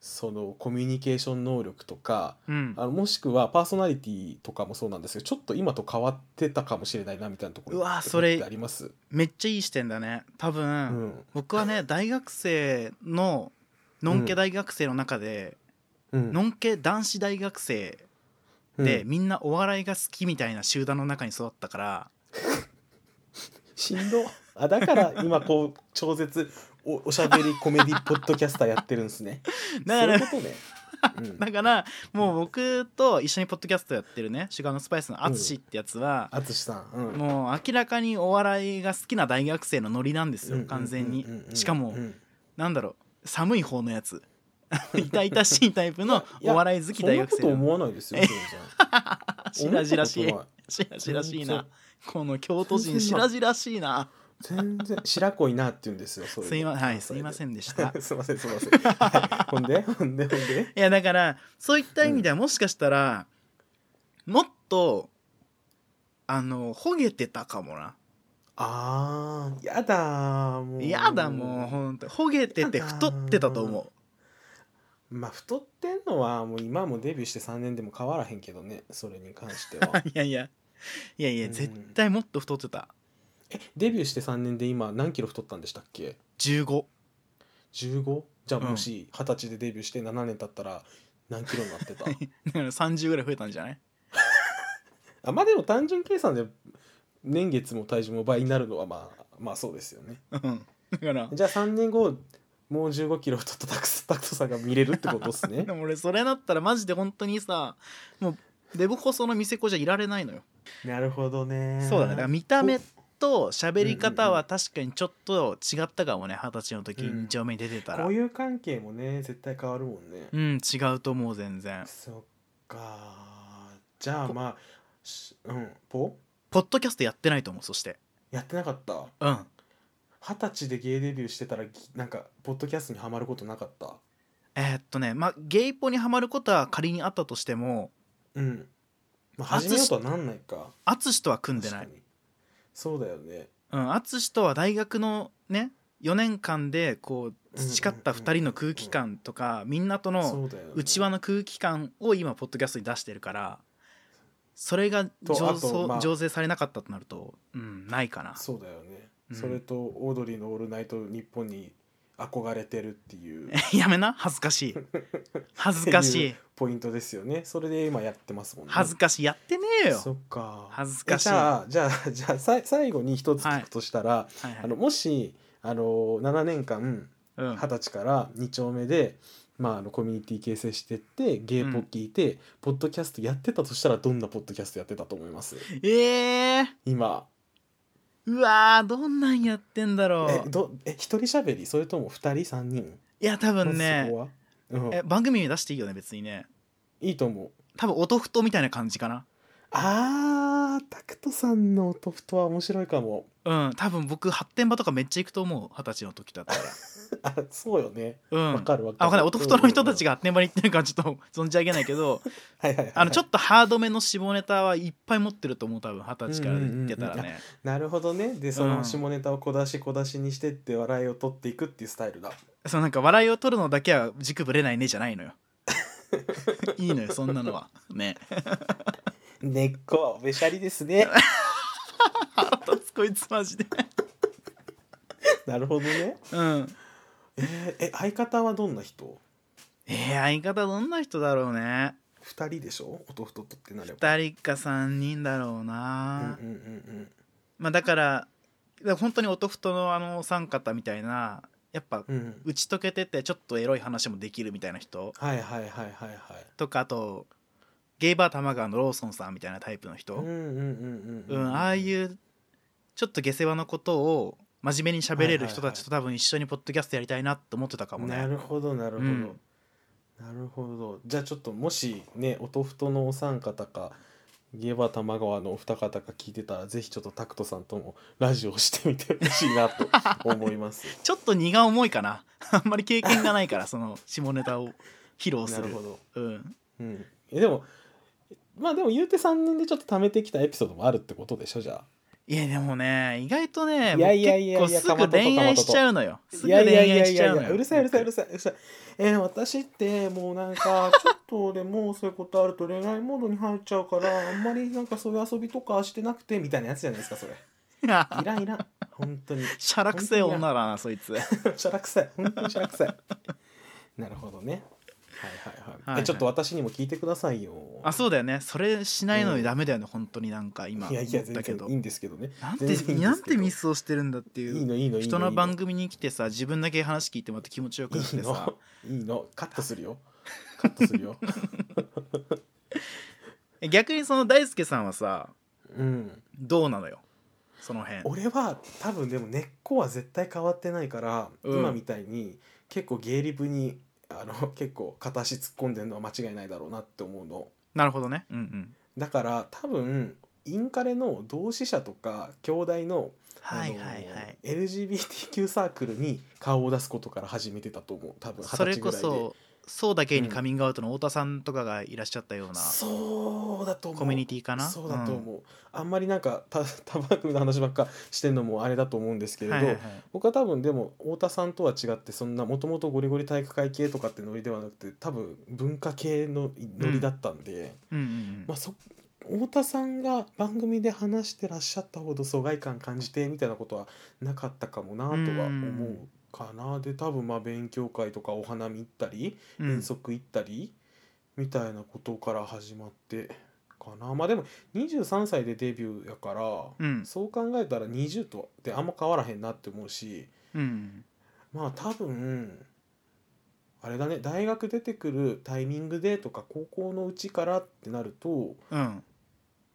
そのコミュニケーション能力とか
うん
あのもしくはパーソナリティとかもそうなんですけどちょっと今と変わってたかもしれないなみたいなところ
うわー
って
それ
ってあります、
めっちゃいい視点だね多分、
うん
僕はね大学生ののんけ大学生の中で、
うん
のんけ男子大学生で、
うん
みんなお笑いが好きみたいな集団の中に育ったから
しんどあだから今こう超絶おおしゃべりコメディポッドキャスターやってるんですね
[LAUGHS] だから
そういう
[LAUGHS]
ことね、うん、
だからもう僕と一緒にポッドキャストやってるね「シュガーのスパイス」のあつしってやつは、
あつしさん、うん、
もう明らかにお笑いが好きな大学生のノリなんです
うんうんうんうんう
よ
ん
完全にしかも
うん
なんだろう寒い方のやつ [LAUGHS] 痛々しいタイプの
いや
お笑い好き
そん
大
な
学
こと
生
思わない
[LAUGHS]
ですよ
え
全然
しらじらしい
思ったこ
しらじらしいな
本
この京都人
全
し
然
らじらしいな
とない全然白子いなって言うんですよそれ
すいまはいすいま
ん
せんでした
[LAUGHS] すいませんすいません、はい、ほんでほんでほんで
いやだからそういった意味ではもしかしたら、もっとあのほげてたかもな
あーやだーもう
やだもうほんとほげてて
やだ
太ってたと思う
まあ太ってんのはもう今もデビューして3年でも変わらへんけどねそれに関しては [LAUGHS]
[LAUGHS] いやいやいやいや
うん
絶対もっと太ってた
えデビューして3年で今何キロ太ったんでしたっけ
15
15? じゃあ
うん
もし二十歳でデビューして7年経ったら何キロになってた
だから30ぐらい増えたんじゃない
あまあでも単純計算で年月も体重も倍になるのはまあまあそうですよね
うんだから
じゃあ3年後もう1 5キロ太ったタクスタクトさ [LAUGHS] んが見れるってことですね
[LAUGHS] でも俺それだったらマジで本当にさもうデブ細の店子じゃいられないのよ
なるほどね
そうだねだから見た目と喋り方は確かにちょっと違ったかもね二十歳の時
うん
2丁目に出てたら、
交友関係もね絶対変わるもんね、
うん違うと思う全然
そっかじゃあまあしうんポ
ポッドキャストやってないと思うそして
やってなかった
うん
二十歳でゲイデビューしてたらぎなんかポッドキャストにはまることなかった
えーっとねまあゲイポにはまることは仮にあったとしても
うん、まあ、
初
始めようとはなんないか
淳とは組んでない
確かにそうだよね
うん淳とは大学のね4年間でこう培った2人の空気感とかみんなとの
そうだよね
内輪の空気感を今ポッドキャストに出してるからそれが
と
醸
あとまあ
醸成されなかったとなると、うん、ないかな
そうだよね、
うん
それとオードリーの「オールナイト日本に憧れてるっていう
[LAUGHS] やめな恥ずかし
[LAUGHS]
い恥ずかしい
ポイントですよねそれで今やってますもんね
恥ずかしいやってねえよ
そっか
恥ずかしい
えじゃあじゃあじゃあさい最後に一つ聞くとしたら、
はいはい
あのもしあの7年間
うん
二十歳から2丁目で、まあ、あのコミュニティ形成してってゲイポ聞いて、ポッドキャストやってたとしたらどんなポッドキャストやってたと思います
えー、
今
うわーどんなんやってんだろ
え
う
どえ一人喋りそれとも二人三人
いや多分
まず
ね
そこはうん、
え番組名出していいよね別にね
いいと思う
多分音ふとみたいな感じかな
あータクトさんの音フトは面白いかも [LAUGHS]
うん多分僕発展場とかめっちゃ行くと思う二十歳の時だっ
[LAUGHS]
たら
あそうよね
うん
わ、かるわかる
あわかんない音ふとの人たちが発展場に行ってるからちょっと存じ上げないけど
はい [LAUGHS] はいはい
あのちょっとハードめの下ネタはいっぱい持ってると思う多分二十歳から言ってたら
うんうんうん
ね
なるほどねでそ
うん
の下ネタを小出し小出しにしてって笑いを取っていくっていうスタイルだ
[LAUGHS] そのなんか笑いを取るのだけは軸ぶれないねじゃないの
[LAUGHS]
よいいのよそんなのはね
根っこはおべしゃりです
[LAUGHS]
ね
腹立つこいつマジで
なるほどね
うん
えーえ相方はどんな人
えー、相方どんな人だろうね
二人でしょ音太とってなれば
2人か3人だろう
うんうん
な、
うん
まあだからだから本当に音ふとのあのお三方みたいなやっぱ
うんうん
打ち解けててちょっとエロい話もできるみたいな人
はいはいはいはいはい
とかあとゲイバー玉川のローソンさんみたいなタイプの人、
うんうんうん
う
うんん
ああ
う
いうちょっと下世話のことを真面目に喋れる人たちと多分一緒にポッドキャストやりたいなって思ってたかもね。
なるほどなるほど、
うん
なるほどじゃあちょっともしね音太のお三方かゲバ玉川のお二方が聞いてたらぜひちょっとタクトさんともラジオをしてみてほしいなと思います
[LAUGHS]
[LAUGHS]
ちょっと荷が重いかな [LAUGHS] あんまり経験がないからその下ネタを披露す
な
る
るほど、
うん、
うん、えでもまあでも言うて3人でちょっと貯めてきたエピソードもあるってことでしょじゃ
いやでもね意外とね
いやいやいやいや
僕結構
か
す
ま
ぐ
とと
恋愛しちゃうのよ
あ
すぐ恋愛しちゃうのよ
うるさいうるさいうる
さ
さいうるさいえー私ってもうなんかちょっとでもそういうことあると恋愛モードに入っちゃうからあんまりなんかそういう遊びとかしてなくてみたいなやつじゃないですかそれいらんいらん本当に
[LAUGHS] シャラくせえ女だなそいつ
しゃらくさい本当にしゃらくさいなるほどねはいはいはい,、
はいはい
えちょっと私にも聞いてくださいよ
あそうだよねそれしないの
う
に
ん
ダメだよね本当になんか今
い
思
や
っ
いや
た
全
け
然
ど
いいんですけどね
なん
全然いいんです
て
けど
なんてミスをしてるんだって
い
いう
いのいいのいいの
人の番
組
組に来てさ自分だけ話聞いてもらって気持ちよくなっ
いい
てさ
のいいのカットするよカットするよ
え逆にその大輔さんはさ
うん
どうなのよその辺
俺は多分でも根っこは絶対変わってないから、
うん
今みたいに結構ゲーリブにあの [LAUGHS] 結構片足突っ込んでるのは間違いないだろうなって思うの
なるほどねうんうん
だから多分インカレの同志社とか兄弟の
はいはいはい
あの LGBTQ サークルに顔を出すことから始めてたと思う多分二十
そ
歳ぐらい
れ
で
こそそうだけにカミングアウトの太田さんとかがいらっしゃったような
そうだと思う
コミュニティかな
そうだと思う、あんまりなんかたタバコの話ばっかしてんのもあれだと思うんですけ
う
れ
ん
ど、
はいはいはい
僕は多分でも太田さんとは違ってそんなもともとゴリゴリ体育会系とかってノリではなくて多分文化系のノリだったんで、
うんうんう
まあ、そ太田さんが番組で話してらっしゃったほど疎外感感じてみたいなことはなかったかもなとは思うかな、で多分まあ勉強会とかお花見行ったり
んうん
遠足行ったりみたいなことから始まってかなまあでも23歳でデビューやから、
うん
そう考えたら20とってあんま変わらへんなって思うし
うん
まあ多分あれだね大学出てくるタイミングでとか高校のうちからってなると、
うん
ま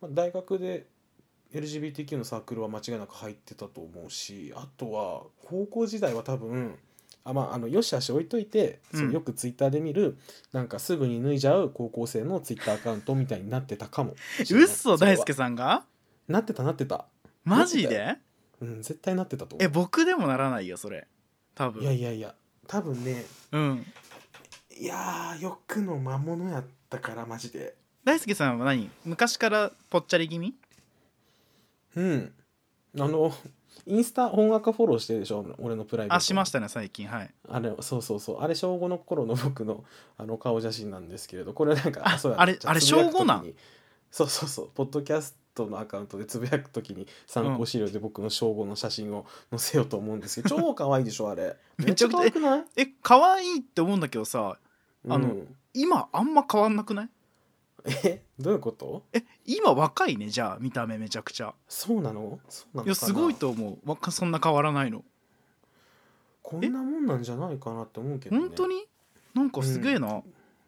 あ、大学で LGBTQ のサークルは間違いなく入ってたと思うしあとは高校時代は多分あまああのよしあし置いといて、
うん
そうよくツイッターで見るなんかすぐに脱いじゃう高校生のツイッターアカウントみたいになってたかもしれない
嘘
それは
大輔さんが
なってたなってた
マジで
うん絶対なってたと思
え
う
僕でもならないよそれ多
いや
分
いやいや多分ね
うん
いやーよくの魔物やったからマジで
大輔さんは何昔からぽっちゃり気味
うんあのインスタ本枠フォローしてるでしょ俺のプライベート
あしましたたね最近はい
あれそうそうそうあれ小5の頃の僕のあの顔写真なんですけれどこれなんか
あ
そうや
あれ
じゃ
あれ
つぶやく
小五なん
時にそうそうそうポッドキャストのアカウントでつぶやくときに参考資料で僕の小5の写真を載せようと思うんです
[LAUGHS]
けど、超可愛いでしょあれめ
め
っ
ち
ち
ゃ
ゃ可
くちゃ
愛くない
え可愛いって思うんだけどさあの
うん
今あんま変わんなくない
えどういうこと
え今若いねじゃあ見た目めちゃくちゃ
そうなのそうなのかない
やすごいと思う若そんな変わらないの
こんなもんなんじゃないかなって思うけどね
本当になんかすげえな、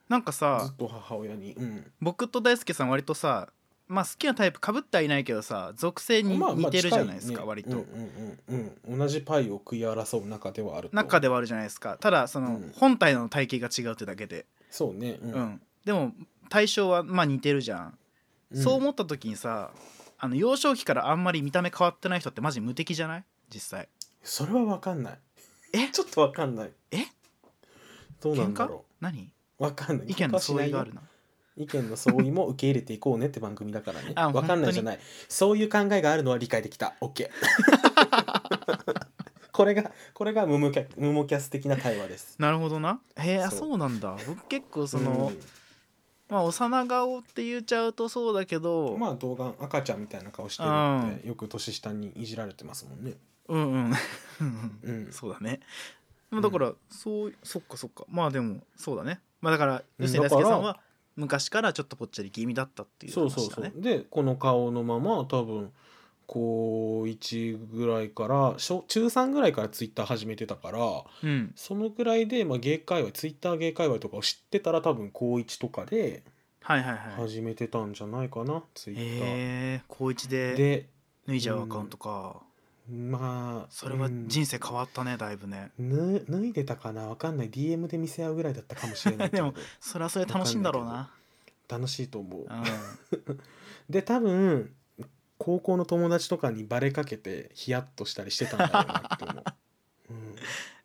なんか
ず
さ
っと母親に、うん
僕と大輔さん割とさまあ好きなタイプかぶってはいないけどさ属性に
まあまあ
似てるじゃない
近
ですか、割と、
うんうんうんうん、同じパイを食い争う中ではあると
中ではあるじゃないですかただその、
うん
本体の体型が違うってだけで
そうね、う
うん、でも対象はまあ似てるじゃん、そう思った時にさあの幼少期からあんまり見た目変わってない人ってマジ無敵じゃない実際
それは分かんない
え
ちょっと分かんない
え
どうなん
喧
だ
嘩
ろ
何
う分かんない
意見の相違が
喧嘩
あ
はしないよ
るな
意見の相違も受け入れていこうねって番組だからね
あ
分かんないじゃないそういう考えがあるのは理解できた
[LAUGHS]
OK これがこれがムムキャムモキャス的な会話です
なるほどなへえあ
そう
そうなんだ僕結構その、まあ幼顔って言っちゃうとそうだけ
う
ど、
んまあ童顔赤ちゃんみたいな顔してるってよく年下にいじられてますもんね
うんうん [LAUGHS]
うん
そうだね
ん
まあだから、そうそっかそっかまあでもそうだねまあだから
うん
吉田大輔さ
だ
んは昔からちょっとぽっちゃり気味だったっていう話だ
そう
ね
そうそうでこの顔のまま多分高1ぐらいから小中3ぐらいからツイッター始めてたから
うん
そのぐらいで、まあ、芸界隈ツイッター芸界隈とかを知ってたら多分高1とかで
はいはいはい、
始めてたんじゃないかな、ツイ
へ
ッター。
え高一で
で
脱いじゃうアカウントか、
まあ
それは
うん
人生変わったねだいぶね
ぬ脱いでたかなわかんない DM で見せ合うぐらいだったかもしれないけど
[LAUGHS] でもそれはそれ楽しいんだろうな
楽しいと思う。
うん
で多分高校の友達とかにバレかけてヒヤッとしたりしてたんだろうなって
[LAUGHS]
思う。うん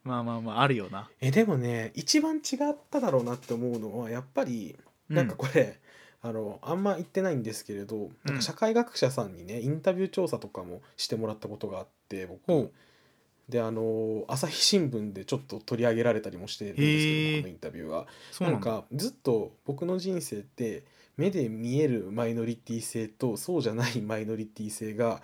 まあまあまああるよ
[LAUGHS]
な、
えでもね一番違っただろうなって思うのはやっぱり
う
なんかこれ、あのあんま言ってないんですけれど、なんか社会学者さんにねインタビュー調査とかもしてもらったことがあって
ほ
僕
う
であの朝日新聞でちょっと取り上げられたりもしてるんですけどこ
へー
のインタビューは。
そう
な
なん
ん
だ
かずっと僕の人生って目で見えるマイノリティ性とそうじゃないマイノリティ性が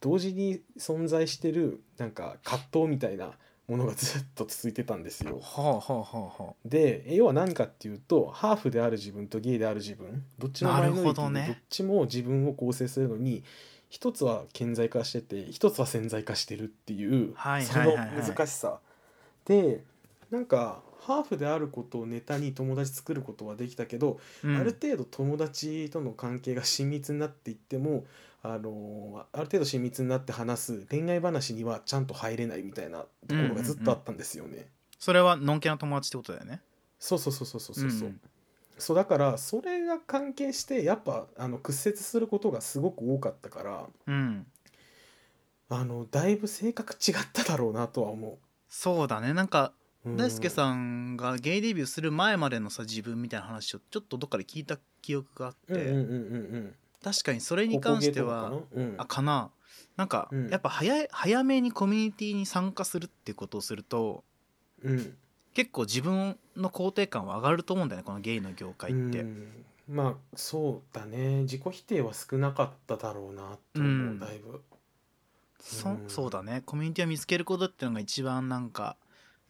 同時に存在してるなんか葛藤みたいなものがずっと続いてたんですよ。
はあはあはあは
でえ要は何かっていうとハーフである自分とゲイである自分どっちのマイノリテ
なるほ
ィ
ど
で
ね
どっちも自分を構成するのに一つは顕在化してて一つは潜在化してるっていう
はい
そ
はい
の
はいはい
難しさでなんかハーフであることをネタに友達作ることはできたけど、
あ、うん
ある程度友達との関係が親密になっていってもあのある程度親密になって話す恋愛話にはちゃんと入れないみたいなところがずっとあったんですよね。
それはのんけの友達ってことだよね
そうそうそうそうそうそうそう
うん
そうだからそれが関係してやっぱあの屈折することがすごく多かったから
うん
あのだいぶ性格違っただろうなとは思
そうだねなんか
う、う
大輔
ん
さんがゲイデビューする前までのさ自分みたいな話をちょっとどっかで聞いた記憶があって、
うんうんうんうん
確かにそれ
うん
に関して
こ
は
こ芸と
あ
か
かななんか、
うん
やっぱ早い早めにコミュニティに参加するっていうことをすると
なうんうん
結構自分の肯定感は上がると思うんだよねこのゲイの業界って、
うんまあそうだね自己否定は少なかっただろうなと思う、
うん
だいぶ
そ
うん
そうだねコミュニティを見つけることっていうのが一番なんか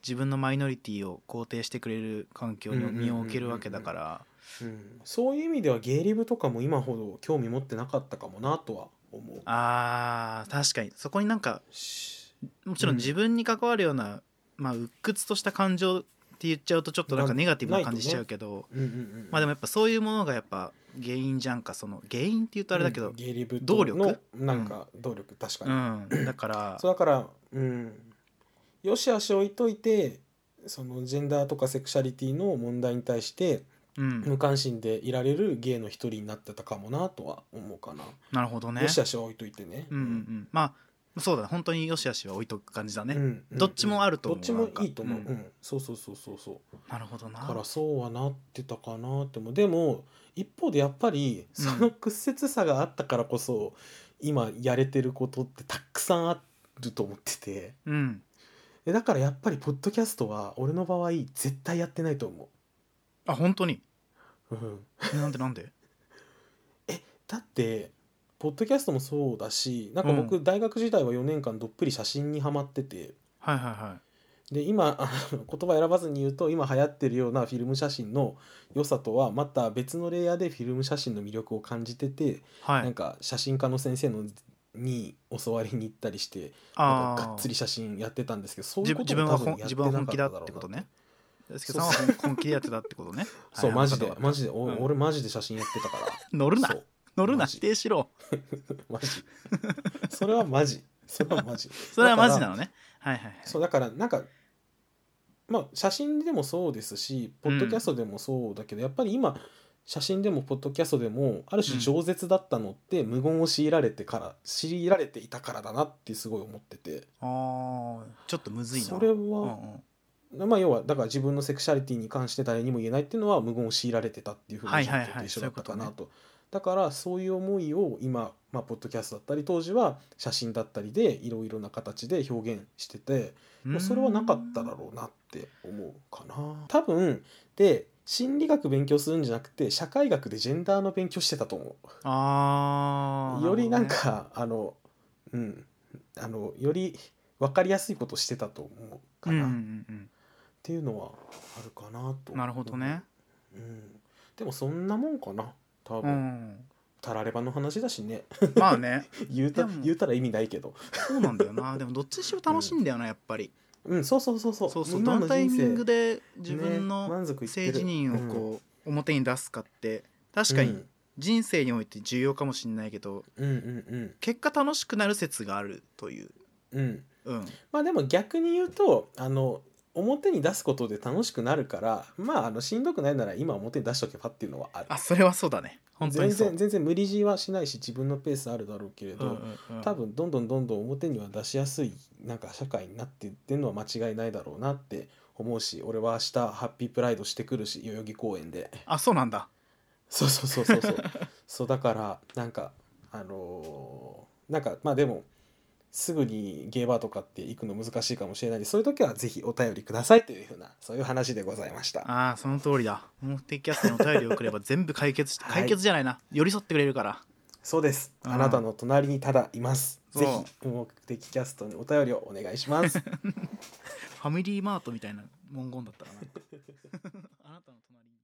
自分のマイノリティを肯定してくれる環境に
うんうんうんうんうん
身を置けるわけだから
うんそういう意味ではゲイリブとかも今ほど興味持ってなかったかもなとは思う
あー確かにそこになんか
し
もちろ
うん
ん自分に関わるような、まあ鬱屈とした感情って言っちゃうとちょっとなんかネガティブな感じしちゃうけど、
うんうんうん
まあでもやっぱそういうものがやっぱ原因じゃんかその原因って言うとあれだけど
うん、ゲイリブと
動力
のなんか動力確か
う
に、
ん、だから
そうだからうんよし悪し置いといてそのジェンダーとかセクシャリティの問題に対して
うん
無関心でいられるゲイの一人になってたかもなとは思うかな、
なるほどね
よし悪し置いといてね
うんうんうんまあそうだね本当によしあしは置いとく感じだね、
うん
どっちもあると思う
どっちもいいと思う、
な
う
んか
んそうそうそうそうそう
なるほどな
からそうはなってたかなってもでも一方でやっぱり
うん
その屈折さがあったからこそ、今やれてることってたくさんあると思ってて
うん
でだからやっぱりポッドキャストは俺の場合絶対やってないと思
あ本当に
う、うん、
なんでなんで [LAUGHS]
だってポッドキャストもそうだしなんか僕大学時代は4年間どっぷり写真にはまってて、
はいはいは
で今あの言葉選ばずに言うと今流行ってるようなフィルム写真の良さとはまた別のレイヤーでフィルム写真の魅力を感じてて、
いは
なん
い
か写真家の先生のに教わりに行ったりしてなんかが
あ
っ
あ
つり写真やってたんですけどそうい
自
うこと
自分
も多
は
分
本
やっ
自
て
分は
なかっ
本気
ただろ
だ
うな
ってことね大輔さんは本本気でやってたって
[LAUGHS]
ことね
そう、
はい
マジで
あの方は
マジで、お
うん
俺マジで写真やってた
[LAUGHS]
から
乗るな
そう
乗るな
マジ
否定しろ
マジそれはマジそれはマジ
それはマジなのねはいはいはい
そうだからなんかまあ写真でもそうですしポッドキャストでもそうだけど、やっぱり今写真でもポッドキャストでもある種饒舌だったのって無言を強いられてから強いられていたからだなってすごい思ってて
あーちょっとむずいな
それ
うん
は、
うん
まあ要はだから自分のセクシャリティに関して誰にも言えないっていうのは無言を強いられてたっていうふう
は
ない状
はいはい
況と一緒だったかな
そう
と,、
いう
だからそういう思いを今、まあ、ポッドキャストだったり当時は写真だったりでいろいろな形で表現してて、まあそれはなかっただろうなって思うかな多分で心理学勉強するんじゃなくて社会学でジェンダーの勉強してたと思
あ
う
ー
よりなん
るほ
か、あのうんあのより分かりやすいことしてたと思うか
どね
な、
うんう
っ
んうん
ていうのはあるかなと
うんなるほどね
うん、でもそんなもんかな多
う
分、
ん
たらればの話だしね [LAUGHS]
まあね
言うた
でも
言うたら意味ないけど
そうなんだよな [LAUGHS] でもどっちにしろ楽しいんだよなやっぱり
うんそうそうそうそう
そうそうど
今
の
の
タイ
人
ミ
生
ングで自分
ね
の
満足いって
性
る
自認をこう表に出すかって確か
う
に
ん
人生において重要かもしれないけど
うんうん
結果楽しくなる説があるという
うんうん
うん
まあでも逆に言うとあの表に出すことで楽しくなるからまああのしんどくないなら今表に出しとけばっていうのはある
あそれはそうだね本当
全
にそう
然全然無理強いはしないし自分のペースあるだろうけれど、
うんうんうん
多分どんどんどんどん表には出しやすいなんか社会になっていってるのは間違いないだろうなって思うし俺は明日ハッピープライドしてくるし代々木公園で [LAUGHS]
あそうなんだ
そうそうそうそうそう [LAUGHS] そうだからなんかあのーなんかまあでもすぐにゲーバーとかって行くの難しいかもしれないんでそういう時はぜひお便りくださいというふうなそういう話でございました
ああその通りだ目的キャストにお便りを送れば全部解決し
はい
解決じゃないな寄り添ってくれるから
そうです
うん
あなたの隣にただいます
そう
ぜひ目的キャストにお便りをお願いします
ファミリーマートみたいな文言だったかな [LAUGHS] あなたの隣に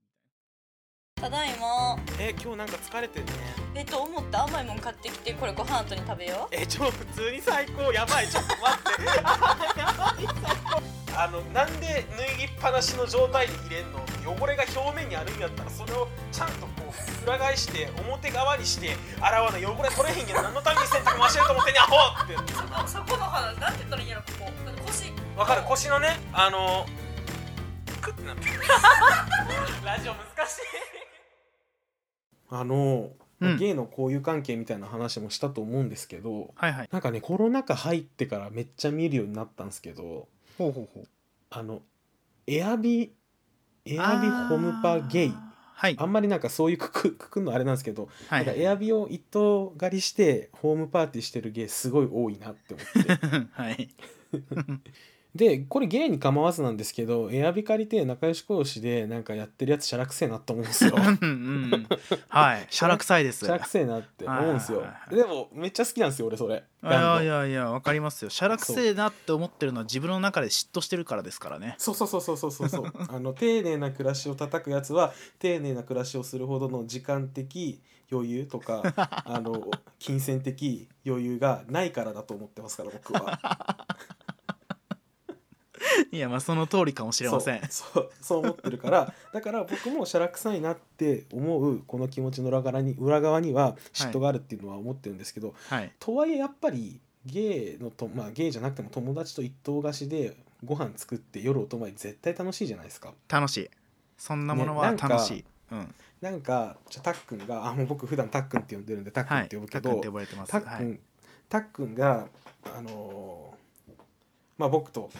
ただいま
[LAUGHS] え今日なんか疲れてるね
えっと思った甘いもん買ってきてこれご飯とに食べよ
え超普通に最高やばいちょっと待って [LAUGHS] あのなんで脱ぎっぱなしの状態に入れんの汚れが表面にあるんやったらそれをちゃんとこう裏返して表側にして洗わない汚れ取れへんやん何のために洗濯回してると思ってんねんアホって
そこそこの話なんて言ったらいいんやろここ腰
わかる腰のねあのクッてなって [LAUGHS] ラジオ難しいあの、
うん
ゲイの交友関係みたいな話もしたと思うんですけど
はいはい
なんかねコロナ禍入ってからめっちゃ見るようになったんですけど
ほうほうほう
あのエアビエアビホムパゲイあ
はい
んまりなんかそういうくくくくのあれなんですけど、
はい
なんかエアビを一等狩りしてホームパーティーしてるゲイすごい多いなって思って
[LAUGHS] はい
でこれゲイに構わずなんですけどエアビ借りて仲良し講師でなんかやってるやつしゃらくせえなって思うん
[LAUGHS]
ですよ
うんうんうん
[LAUGHS]
はいしゃらくさいです
しゃらくせえなって思うんですよ
はいはいはい
でもめっちゃ好きなんですよ俺それ
いやいやいやわかりますよしゃらくせえなって思ってるのは自分の中で嫉妬してるからですからね
そうそうそうそうそうそう
[LAUGHS]
そうあの丁寧な暮らしを叩くやつは丁寧な暮らしをするほどの時間的余裕と
[LAUGHS]
かあの金銭的余裕がないからだと思ってますから僕は
[LAUGHS] いやまあその通りかもしれません
そうそうそう思ってるからだから僕もしゃらくさいなって思うこの気持ちの裏側に裏側には嫉妬があるっていうのは思ってるんですけど、
はい
とはいえやっぱりゲイのとまあゲイじゃなくても友達と一棟貸しでご飯作って夜お泊まり絶対楽しいじゃないですか。
楽しいそんなものは
ねなんか
楽しい、うん
なんかじゃあたっくんがあもう僕普段たっくんって呼んでるんでたっくん
は
っ
い
て
タ
呼ぶ
ッ
け
ク
ど、
ンって呼ばれてます
たっ
は
く
い
んたっくんがあのーまあ僕と、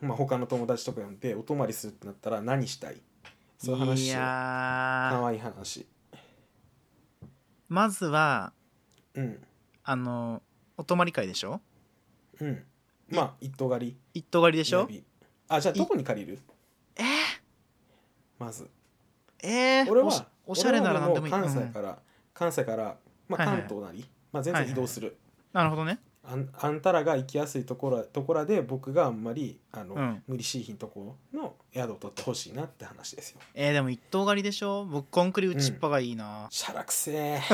まあ、他の友達とか呼んでお泊まりするってなったら何したいそういう話
い
しようか
やー
わいい話
まずは
うん
あのお泊まり会でしょ
うんまあ一等狩り
一棟借りで
で
しょ
あじゃあどこに借りる
えー、
まず
えー、
俺は
おしおしゃれなら何でもいい
俺はもう関
う
西
ん
から、関西から、まあ、
はいはい
関東なり、まあ、全然移動する、
なるほどね
あんあんたらが行きやすいところところで僕があんまりあの、
うん
無理しいひんとこの宿を取ってほしいなって話です
[LAUGHS]
よ。
えー、でも一棟借りでしょ僕コンクリ打ちっぱがいいな、
しゃらくせ
[LAUGHS]
え。し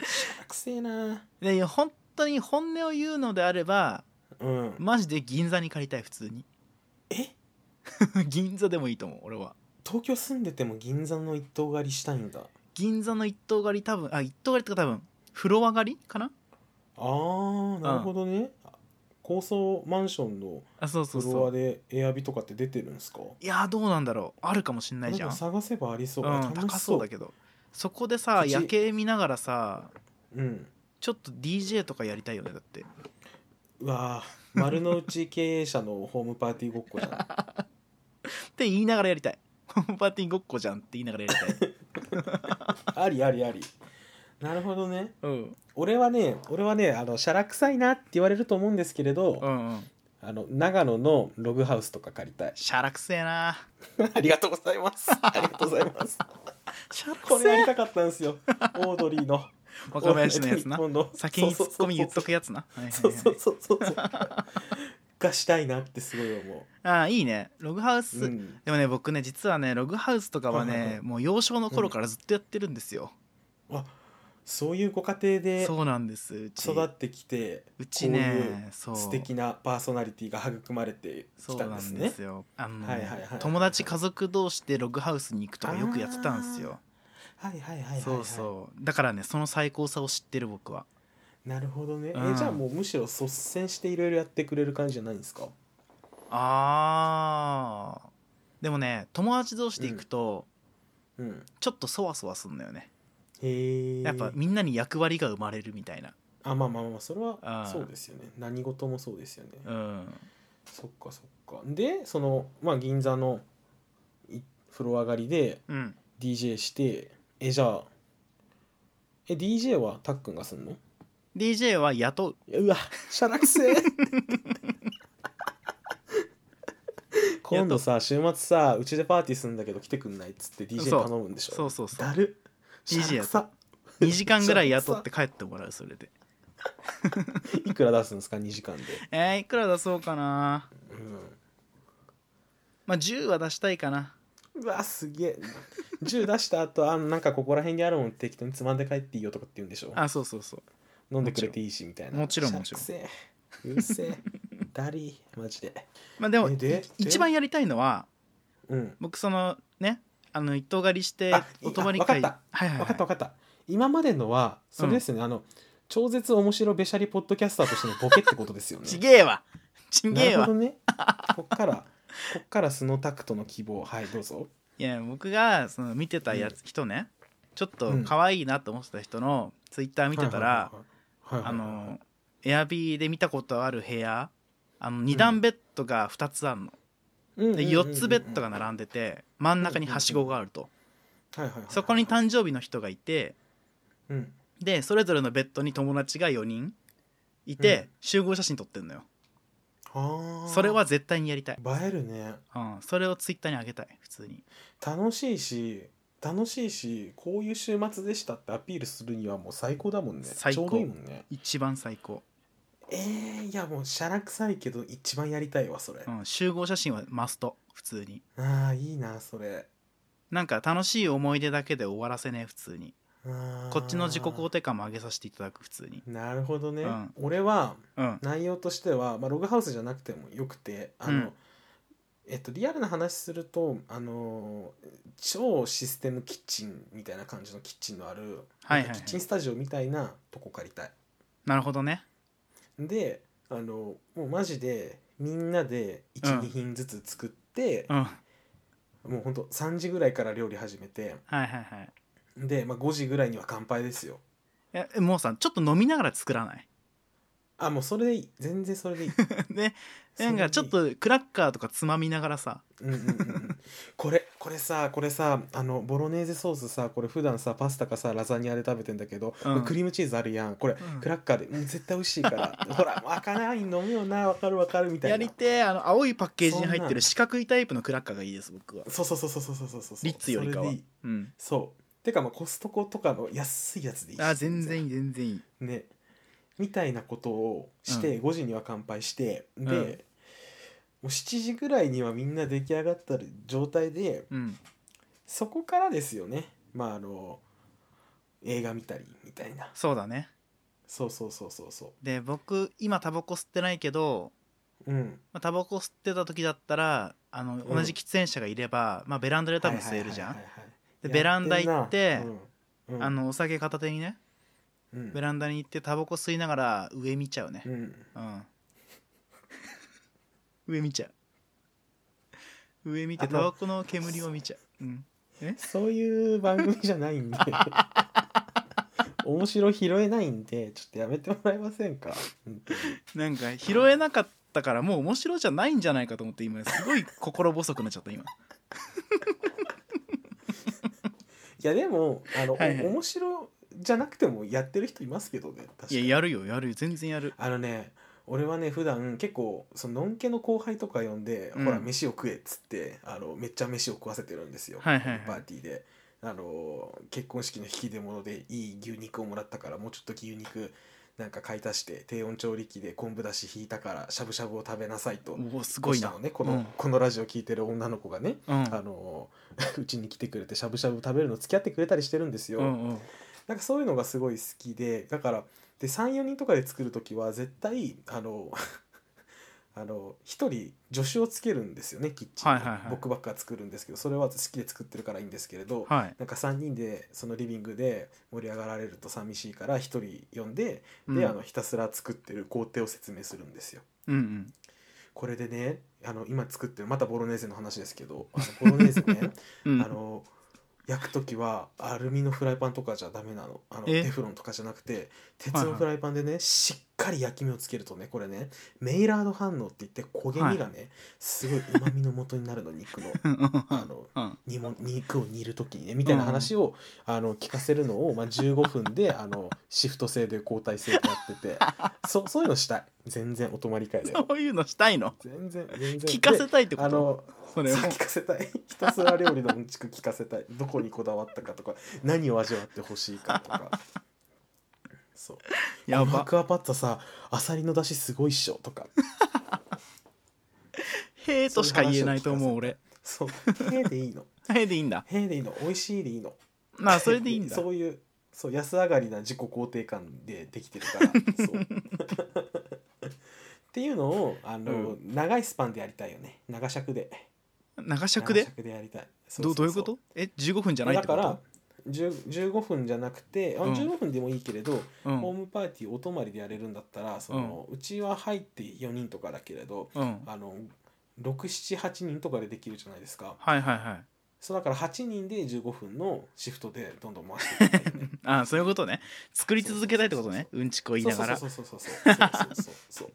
ゃらくせえな。
でいや本当に本音を言うのであれば
うん。
マジで銀座に借りたい普通に
え
[LAUGHS] 銀座でもいいと思う俺は
東京住んでても銀座の一棟狩りしたいんだ
銀座の一棟狩り多分あ一棟狩りとか多分フロア狩りかな
あーなるほどね、高層マンションの
あそうそう
フ
そ
ロア
う
でエアビとかって出てるんですか
いやーどうなんだろうあるかもしんないじゃ
なん
ん
か探せばありそう、あ
うん、
楽
高
し
そ
そう
うだけどそこでさ
土地
夜景見ながらさ
うん
ちょっと DJ とかやりたいよねだって
うわー丸の内経営者のホームパーティーごっこじゃん
って言いながらやりたい [LAUGHS] ホームパーティーごっこじゃんって言いながらやりたい [LAUGHS]
ありありありなるほどね
うん
俺はね俺はねあのしゃらくさいなって言われると思うんですけれど、
うんうん
あの長野のログハウスとか借りたい
しゃらくせえな
ありがとうございますありがとうございます
しゃら
こ
く
れや
せ
り
え
たかったんですよオードリーの
若林のやつ
[LAUGHS]
な
オードリーの
先にツッコミ言っとくやつなはいはいはい
そうそうそうそうそうがしたいなってすごい思
ああいいねログハウス、
う、うん、
でもね僕ね実はねログハウスとかは
はいはいは
ね
い
もう幼少の頃からずっとやってるんですよ、
あそういうご家庭で
そうなんですうち
育ってきて
うち
こうい
ねそう
う素敵なパーソナリティが育まれて
そ
き
う
たん
なん
です
で
ね
すよあのね、
はいはいはいはい
友達家族同士でログハウスに行くとかよくやってたんですよ
はいはいはいはい、はい、
そうそうだからねその最高さを知ってる僕は
なるほどね、
う
え
ん
じゃあもうむしろ率先していろいろやってくれる感じじゃないんですか
あーでもね友達同士で行くと
うん
ちょっとそわそわすんだよね、
へえ
やっぱみんなに役割が生まれるみたいな
あまあまあまあそれは
あー
そうですよね何事もそうですよね、
うん
そっかそっかでそのまあ銀座のい風呂上がりで
うん
DJ してえじゃあえ DJ はたっくんがすんの
DJ は雇
い
う
やうわしゃらくせえ [LAUGHS] 今度さ週末さうちでパーティーするんだけど来てくんないっつって DJ
そう
頼むんでしょ
そうそう
[LAUGHS]
そう
だる
DJ
しゃらくさ
2時間ぐらい雇って帰ってもらうそれで
いくら出すんですか2時間で、
えー、いくら出そうかなまあ10は出したいかな
うん、うわすげえ銃出した後あなんかここら辺にあるもん適当につまんで帰っていいよとかって言うんでしょ
あそうそうそう
飲んでくれていいしみたいな
もちろんもちろん
しゃらくせえうる
[LAUGHS]
せえだりーマジで
まあでも
えで
い一番やりたいのは
うん
僕そのねあの一等狩りして
あ
お泊まり会
あわか
はいはい、
分
は
か
い、
った分かった今までのはそれですよね、あの超絶面白べしゃりポッドキャスターとしてのボケってことですよね
[LAUGHS] ちげえわち
な
げえ
る
わ
ほどねこっからこっからスノタクトの希望はいどうぞ
いや僕がその見てたやつ、人ねちょっと可愛いなと思ってた人のツイッター見てたら、
はいはいはいはいはいはい
あの [LAUGHS] エアビーで見たことある部屋あの2段ベッドが2つあるの、
うんうんうん
で
うん
4つベッドが並んでて真ん中にはしごがあると、
はいはいはい
そこに誕生日の人がいて
うん
でそれぞれのベッドに友達が4人いて、
うん
集合写真撮ってんのよ
あー
それは絶対にやりたい、
映えるね
うん、それをツイッターにあげたい普通に
楽しいし楽しいしこういう週末でしたってアピールするにはもう最高だもんね
最高
ちょうどいいもんね
一番最高、
えー、いやもうしゃらくさいけど一番やりたいわそれ、
うん、集合写真はマスト普通に
ああいいなそれ
なんか楽しい思い出だけで終わらせねえ普通に
あー
こっちの自己肯定感も上げさせていただく普通に
なるほどね、
うん
俺は
うん
内容としては、まあ、ログハウスじゃなくてもよくてあの、
うん
えっと、リアルな話するとあのー超システムキッチンみたいな感じのキッチンのある、
はいはいはい
なんかキッチンスタジオみたいなとこ借りたい
なるほどね
であのもうマジでみんなで12、
うん
品ずつ作って
う、んはい
もうほんと3時ぐらいから料理始めて
はいはい
で、まあ、5時ぐらいには乾杯ですよ
えもうさちょっと飲みながら作らない [LAUGHS]
あもうそれでいい全然それでいい
ね
それ
[LAUGHS]
でい
なん
い
かちょっとクラッカーとかつまみながらさ
うんうんうんうん [LAUGHS] これこれさこれさあのボロネーゼソースさこれ普段さパスタかさラザニアで食べてんだけど、
うん
クリームチーズあるやんこれ、
うん
クラッカーで、うん、絶対美味しいから
[LAUGHS]
ほらもう開かない飲むよなわかるわかるみたいな
やりてえあの青いパッケージに入っ
そ
て
んな
る四角いタイプのクラッカーがいいです僕は
そうそうそうそうそうそうそうそう
リッツよりか
そ
は
れでいい
うん
そうてかまあコストコとかの安いやつでいいし
あ全然いい全然いい
ねみたいなことをして、5時には乾杯してで、
うん
もう7時ぐらいにはみんな出来上がった状態で
うん
そこからですよねまああの映画見たりみたいな
そうだね
そうそうそうそうそ
で僕今タバコ吸ってないけど
ううん
まあタバコ吸ってた時だったらあ
う
の
ん
同じ喫煙者がいれば、まあ、ベランダで多分吸えるじゃん、
はいはいはいはい
でベランダ行っ
やん
て
なうんうん
あのお酒片手にね
うん
ベランダに行ってタバコ吸いながら上見ちゃうね
うん
うん、上見ちゃう上見て
あの
タバコの煙を見ちゃう、うん、
そういう番組じゃないんで [LAUGHS] 面白拾えないんでちょっとやめてもらえませんか本当に
なんか拾えなかったからもう面白じゃないんじゃないかと思って今すごい心細くなっちゃった今
いやでもあの、
はいはい
お面白じゃなくてもやってる人いますけどね確か
いや
に
やるよやるよ全然やる
あのね俺はね普段結構そののんけの後輩とか呼んで、
うん
ほら飯を食えっつってあのめっちゃ飯を食わせてるんですよ、
はいはいはい
パーティーであの結婚式の引き出物でいい牛肉をもらったからもうちょっと牛肉なんか買い足して低温調理器で昆布だし引いたからしゃぶしゃぶを食べなさいと
おおすごい
した
な
のねこの,、
うん
このラジオ聞いてる女の子がね
うん
あのうちに来てくれてしゃぶしゃぶ食べるの付き合ってくれたりしてるんですよ、
うんうん
なんかそういうのがすごい好きでだからで34人とかで作る時は絶対あの [LAUGHS] あの1人助手をつけるんですよねキッチンに、
はいはいはい
僕ばっか作るんですけどそれは好きで作ってるからいいんですけれど、
はい
なんか3人でそのリビングで盛り上がられると寂しいから1人呼んで、
うん
であのひたすら作ってる工程を説明するんですよ。
うんうん
これでねあの今作ってるまたボロネーゼの話ですけどあのボロネーゼね
うん
あの焼く時はアルミのフライパンとかじゃダメなのあの
え
テフロンとかじゃなくて鉄
はい
の
はい
フライパンでね、しっかり焼き目をつけるとねこれねメイラード反応って言って焦げ目がね、すごいうまみの元になるの肉
[LAUGHS]
の
うんうんうん
あの
うん
煮も肉を煮る時にねみたいな話を、あの聞かせるのを、まあ、15分であのシフト制で交代制でやって
[LAUGHS]
てそそういうのしたい全然お泊まり会で
そういうのしたいの
全然全然
聞かせ
で
たいってこ
あ
と
の
それを
そう聞かせたいひたすら料理のうんちく聞かせたいどこにこだわったかとか何を味わってほしいかとかそう
や
この
ば
アクアパッツァさアサリの出汁すごいっしょとか
へえとしか言えないと思う俺
そうへえでいいの
へえでいいんだ
へえでいいの美味しいでいいの
まあそれでいいんだ
そういうそう安上がりな自己肯定感でできてるからそうっていうのをあの、長いスパンでやりたいよね長尺で
長尺で
長尺でやりたいそ
ど
そうそう
どいうことえ15分じゃないってこ
だから
と
10 15分じゃなくて、あ
うん
15分でもいいけれど、
う
ホー
ん
ムパーティーお泊まりでやれるんだったらその、うちは入って4人とかだけれど
うん
あの678人とかでできるじゃないですか
はいはいはい
そうだから8人で15分のシフトでどんどん回していきたいよね
ああそういうことね作り続けたいって [LAUGHS] ことねうんちくを言いながら
そうそうそうそうそうそうそうそう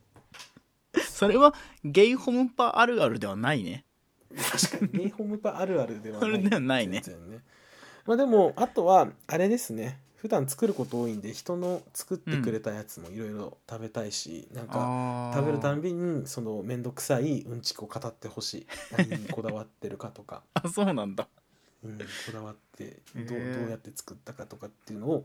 それはゲイホムパあるあるではないね
確かに
[LAUGHS]
ゲイホームパーあるあるではない
あるではないね
全然ねまあでもあとはあれですね普段作ること多いんで人の作ってくれたやつもいろいろ食べたいし、なんか
あ
食べるたんびにその面倒くさいうんちくを語ってほしい何にこだわってるかと
[LAUGHS]
か、
あそうなんだ
うん、こだわってどうど
へえ
うやって作ったかとかっていうのを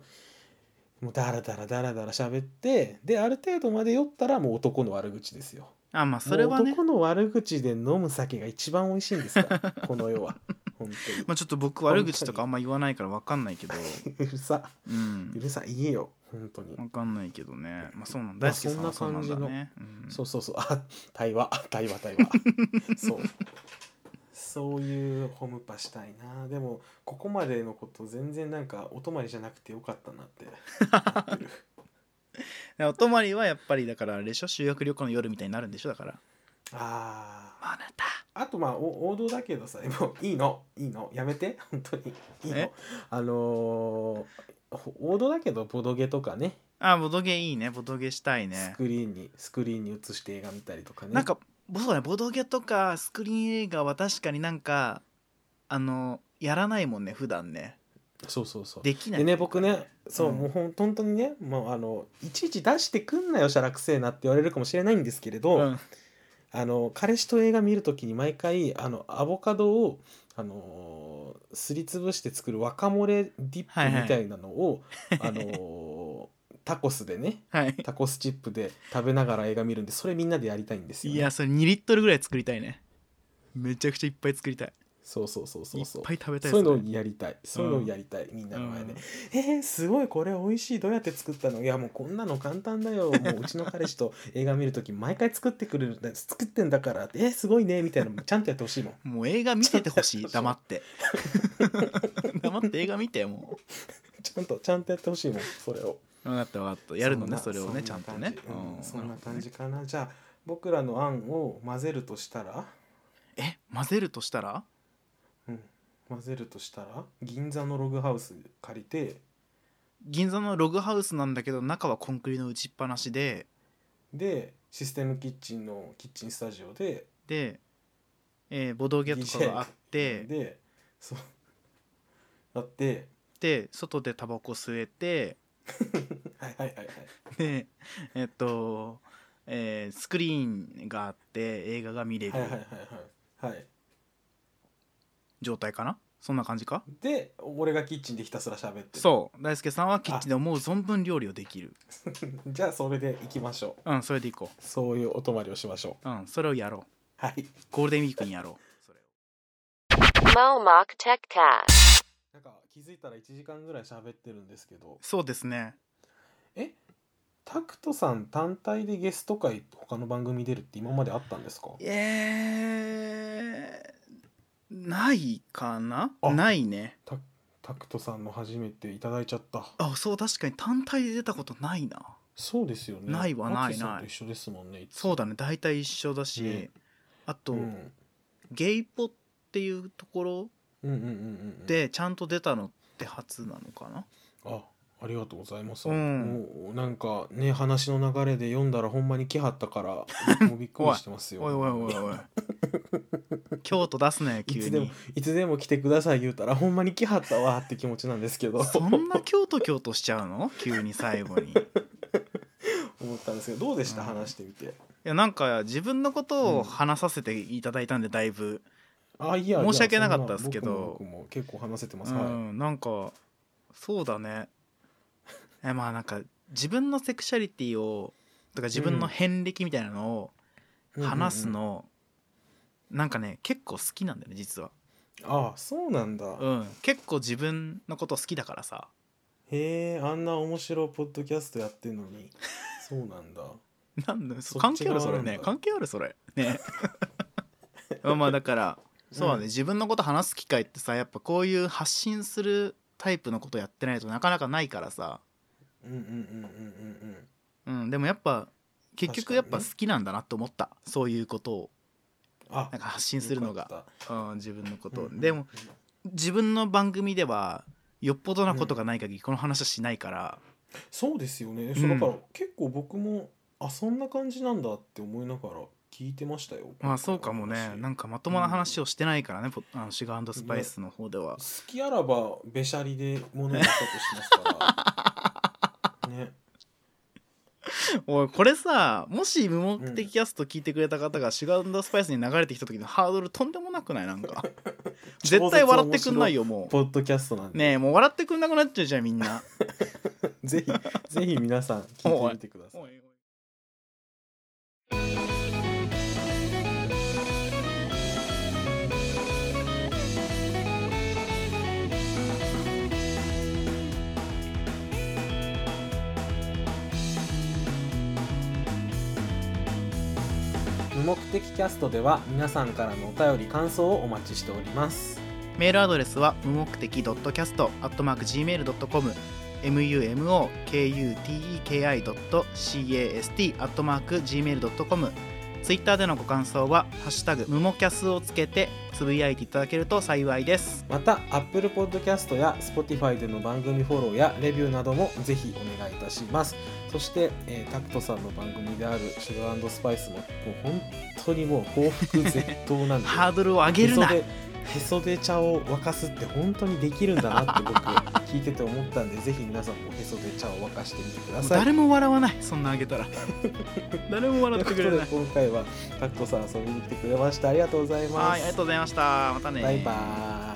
もうダラダラダラダラ喋ってである程度まで酔ったらもう男の悪口ですよ
あまあそれは
もう
ね
男の悪口で飲む酒が一番美味しいんですから
[LAUGHS]
この世は本
まあちょっと僕悪口とかあんま言わないから分かんないけど
当
[LAUGHS]
[LAUGHS] にうるさ
うん
うるさい言えよ本当に、
分かんないけどねまあそうなん
まあ
だ大好きさんは
そ
そ
ん
う
な
な
感じ
んだ
の
ねうん
そうそうそうあ対話 [LAUGHS] 対話対話そうそういうホームパしたいなでもここまでのこと全然なんかお泊まりじゃなくてよかったなって思ってる
お泊まりはやっぱりだからあれでしょ修学旅行の夜みたいになるんでしょだから
あー
あなた
あとまあお王道だけどさもういいのいいのやめて本当にいいの
え
あのーほ王道だけどボドゲとかね
あボドゲいいねボドゲしたい
ス
ね
クリーンにスクリーンに映して映画見たりとかね
なんかぼそうだねボドゲとかスクリーン映画は確かになんかあのやらないもんね普段ね
そうそうそう
できない
でね僕ねそう、
うん
もうほん本当にね、まあ、あのいちいち出してくんなよしゃらくせえなって言われるかもしれないんですけれど、
うん
あの彼氏と映画見る時に毎回あのアボカドを、あのーすりつぶして作る若漏れディ
はい
ッ
は
プ
い
みたいなのを、あのータコスでね [LAUGHS]
はい
タコスチップで食べながら映画見るんでそれみんなでやりたいんですよ、
い
ね。
やそれ2リットルぐらい作りたいねめちゃくちゃいっぱい作りたい
そうそうそうそうそう
っぱい食べたい
そう
で
いう
すね
のをやりたいそういうのをやりたい、みんなの前で、えー、すごいこれ美味しいどうやって作ったのいやもうこんなの簡単だよもううちの彼氏と映画見る時毎回作ってくれるんだ作ってんだからえー、すごいねみたいなのちゃんとやってほしいもん [LAUGHS]
もう映画見ててほしい
ちょっと
黙って [LAUGHS] 黙って映画見ても
ちゃんとちゃんとやってほしいもんそれを
う分かった分かったやるの
ん
ね
な
それをねちゃんとね
感じうん
うん
そんな感じかなじゃあ僕らの案を混ぜるとしたら、
え混ぜるとしたら
うん、混ぜるとしたら銀座のログハウス借りて
銀座のログハウスなんだけど中はコンクリの打ちっぱなしで
でシステムキッチンのキッチンスタジオで
で、えーボドゲとかがあって
でそうだって
で外でタバコ吸えて
はいはいはいはい
でえっと、えースクリーンがあって映画が見れる
はいはいはいはいはい
状態かな、そんな感じか
で俺がキッチンでひたすら喋ってる
そう大輔さんはキッチンで思う存分料理をできる
[LAUGHS] じゃあそれで行きましょう
うんそれでいこ
そういうお泊まりをしましょ
ううんそれをやろう
うはい
ゴールデンウィークにやろうそれを
Momoc TechCast.
なんか気づいたら1時間ぐらい喋ってるんですけど
そうですね
えタクトさん単体でゲスト会他の番組出るって今まであったんですか
えー、ないかな
あ
ないね
タクトさんの初めていただいちゃった
あそう確かに単体で出たことないな
そうですよね
ないわない
マキさん
ない
と一緒ですもんねいつ
そうだね大体一緒だし、
ね
あと、
うん
ゲイポっていうところ
うんうんうんうんうん
でちゃんと出たのって初なのかな
あありがとうございます、
うん
もうなんかね話の流れで読んだらほんまに来はったから [LAUGHS] もうびっくりしてますよ
おいおいお
[LAUGHS]
いおい京都出すなよ
い
急
つでも
に
いつでも来てください言うたらほんまに来はったわって気持ちなんですけど [LAUGHS]
そんな京都京都しちゃうの急に最後にい
思ったんですけどどうでした、
うん
話してみて
やなんか自分のこと
うん
を話させていただいたんでだいぶ、
あいや
申し訳
いや
なかっ
そ
た
ん
ですけど
僕も僕も結構話せてま
う
す、はい
ん、なんかそう
[LAUGHS]
だねえまあなんか自分のセクシャリティをとか自分の遍歴みたいなのを
うんうんうん
話すの、なんかね結構好きなんだよね実は、
あそうなんだ、
うん、結構自分のこと好きだからさ
へえあんな面白いポッドキャストやってんの [LAUGHS] にそうなんだ
なんだ
そ
そ
っち
う関係あるそ
側
れ
なんだ
ね関係あるそれね
[LAUGHS]
まあまあだからそうだ
う
ね、
ん
自分のこと話す機会ってさやっぱこういう発信するタイプのことやってないとなかなかないからさ、
うんうんうんうんうんうん
うん、でもやっぱ
確か
結局
にね
やっぱ好きなんだなと思った、そういうことを
あ
なんか発信するの
よ
が、
かっ
うん、自分のこ
た
とを、
うんうん
でも自分の番組ではよっぽどなことがない限りこの話はしないから、
そうですよね、
ん
そうだから結構僕もあそんな感じなんだって思いながら聞いてましたよ
まあそうかもね
話
なんかまともな話をしてないからね、ポあのシガースパイスの方では
好きあらばべしゃりで物にしたとします
[LAUGHS]
からね
おいこれさもし無目的キャスト聞いてくれた方がシュガースパイスに流れてきた時のハードルとんでもなくないなんか絶対笑ってくんないよも
ポッドキャストなん
う
で、
ねえもう笑ってくんなくなっちゃうじゃんみんな
ぜ
[LAUGHS]
ひぜひ皆さん聞いてみてください
おいおい
無目的キャストでは皆さんからのお便り感想をお待ちしております
メールアドレスは無目的 .cast.gmail.com mumokuteki.cast.gmail.com ツイッターでのご感想は「ハッシュタグ無モキャス」をつけてつぶやいていただけると幸いです
また Apple Podcast や Spotify での番組フォローやレビューなどもぜひお願いいたしますそして、えータクトさんの番組であるシュガースパイスももう本当にもう報復絶倒なんで
[LAUGHS] ハードルを上げる
へ
な
そでへそで茶を沸かすって本当にできるんだなって僕聞いてて思ったんでぜひ皆さんもへそで茶を沸かしてみてください
誰も笑わないそんなあげた
[LAUGHS]
ら誰も笑っ
と
て
いう
く
こ [LAUGHS] とで
れない
今回はタクトさん遊びに来てくれましたありがとうございます
はいありがとうございましたまたね
バイバーイ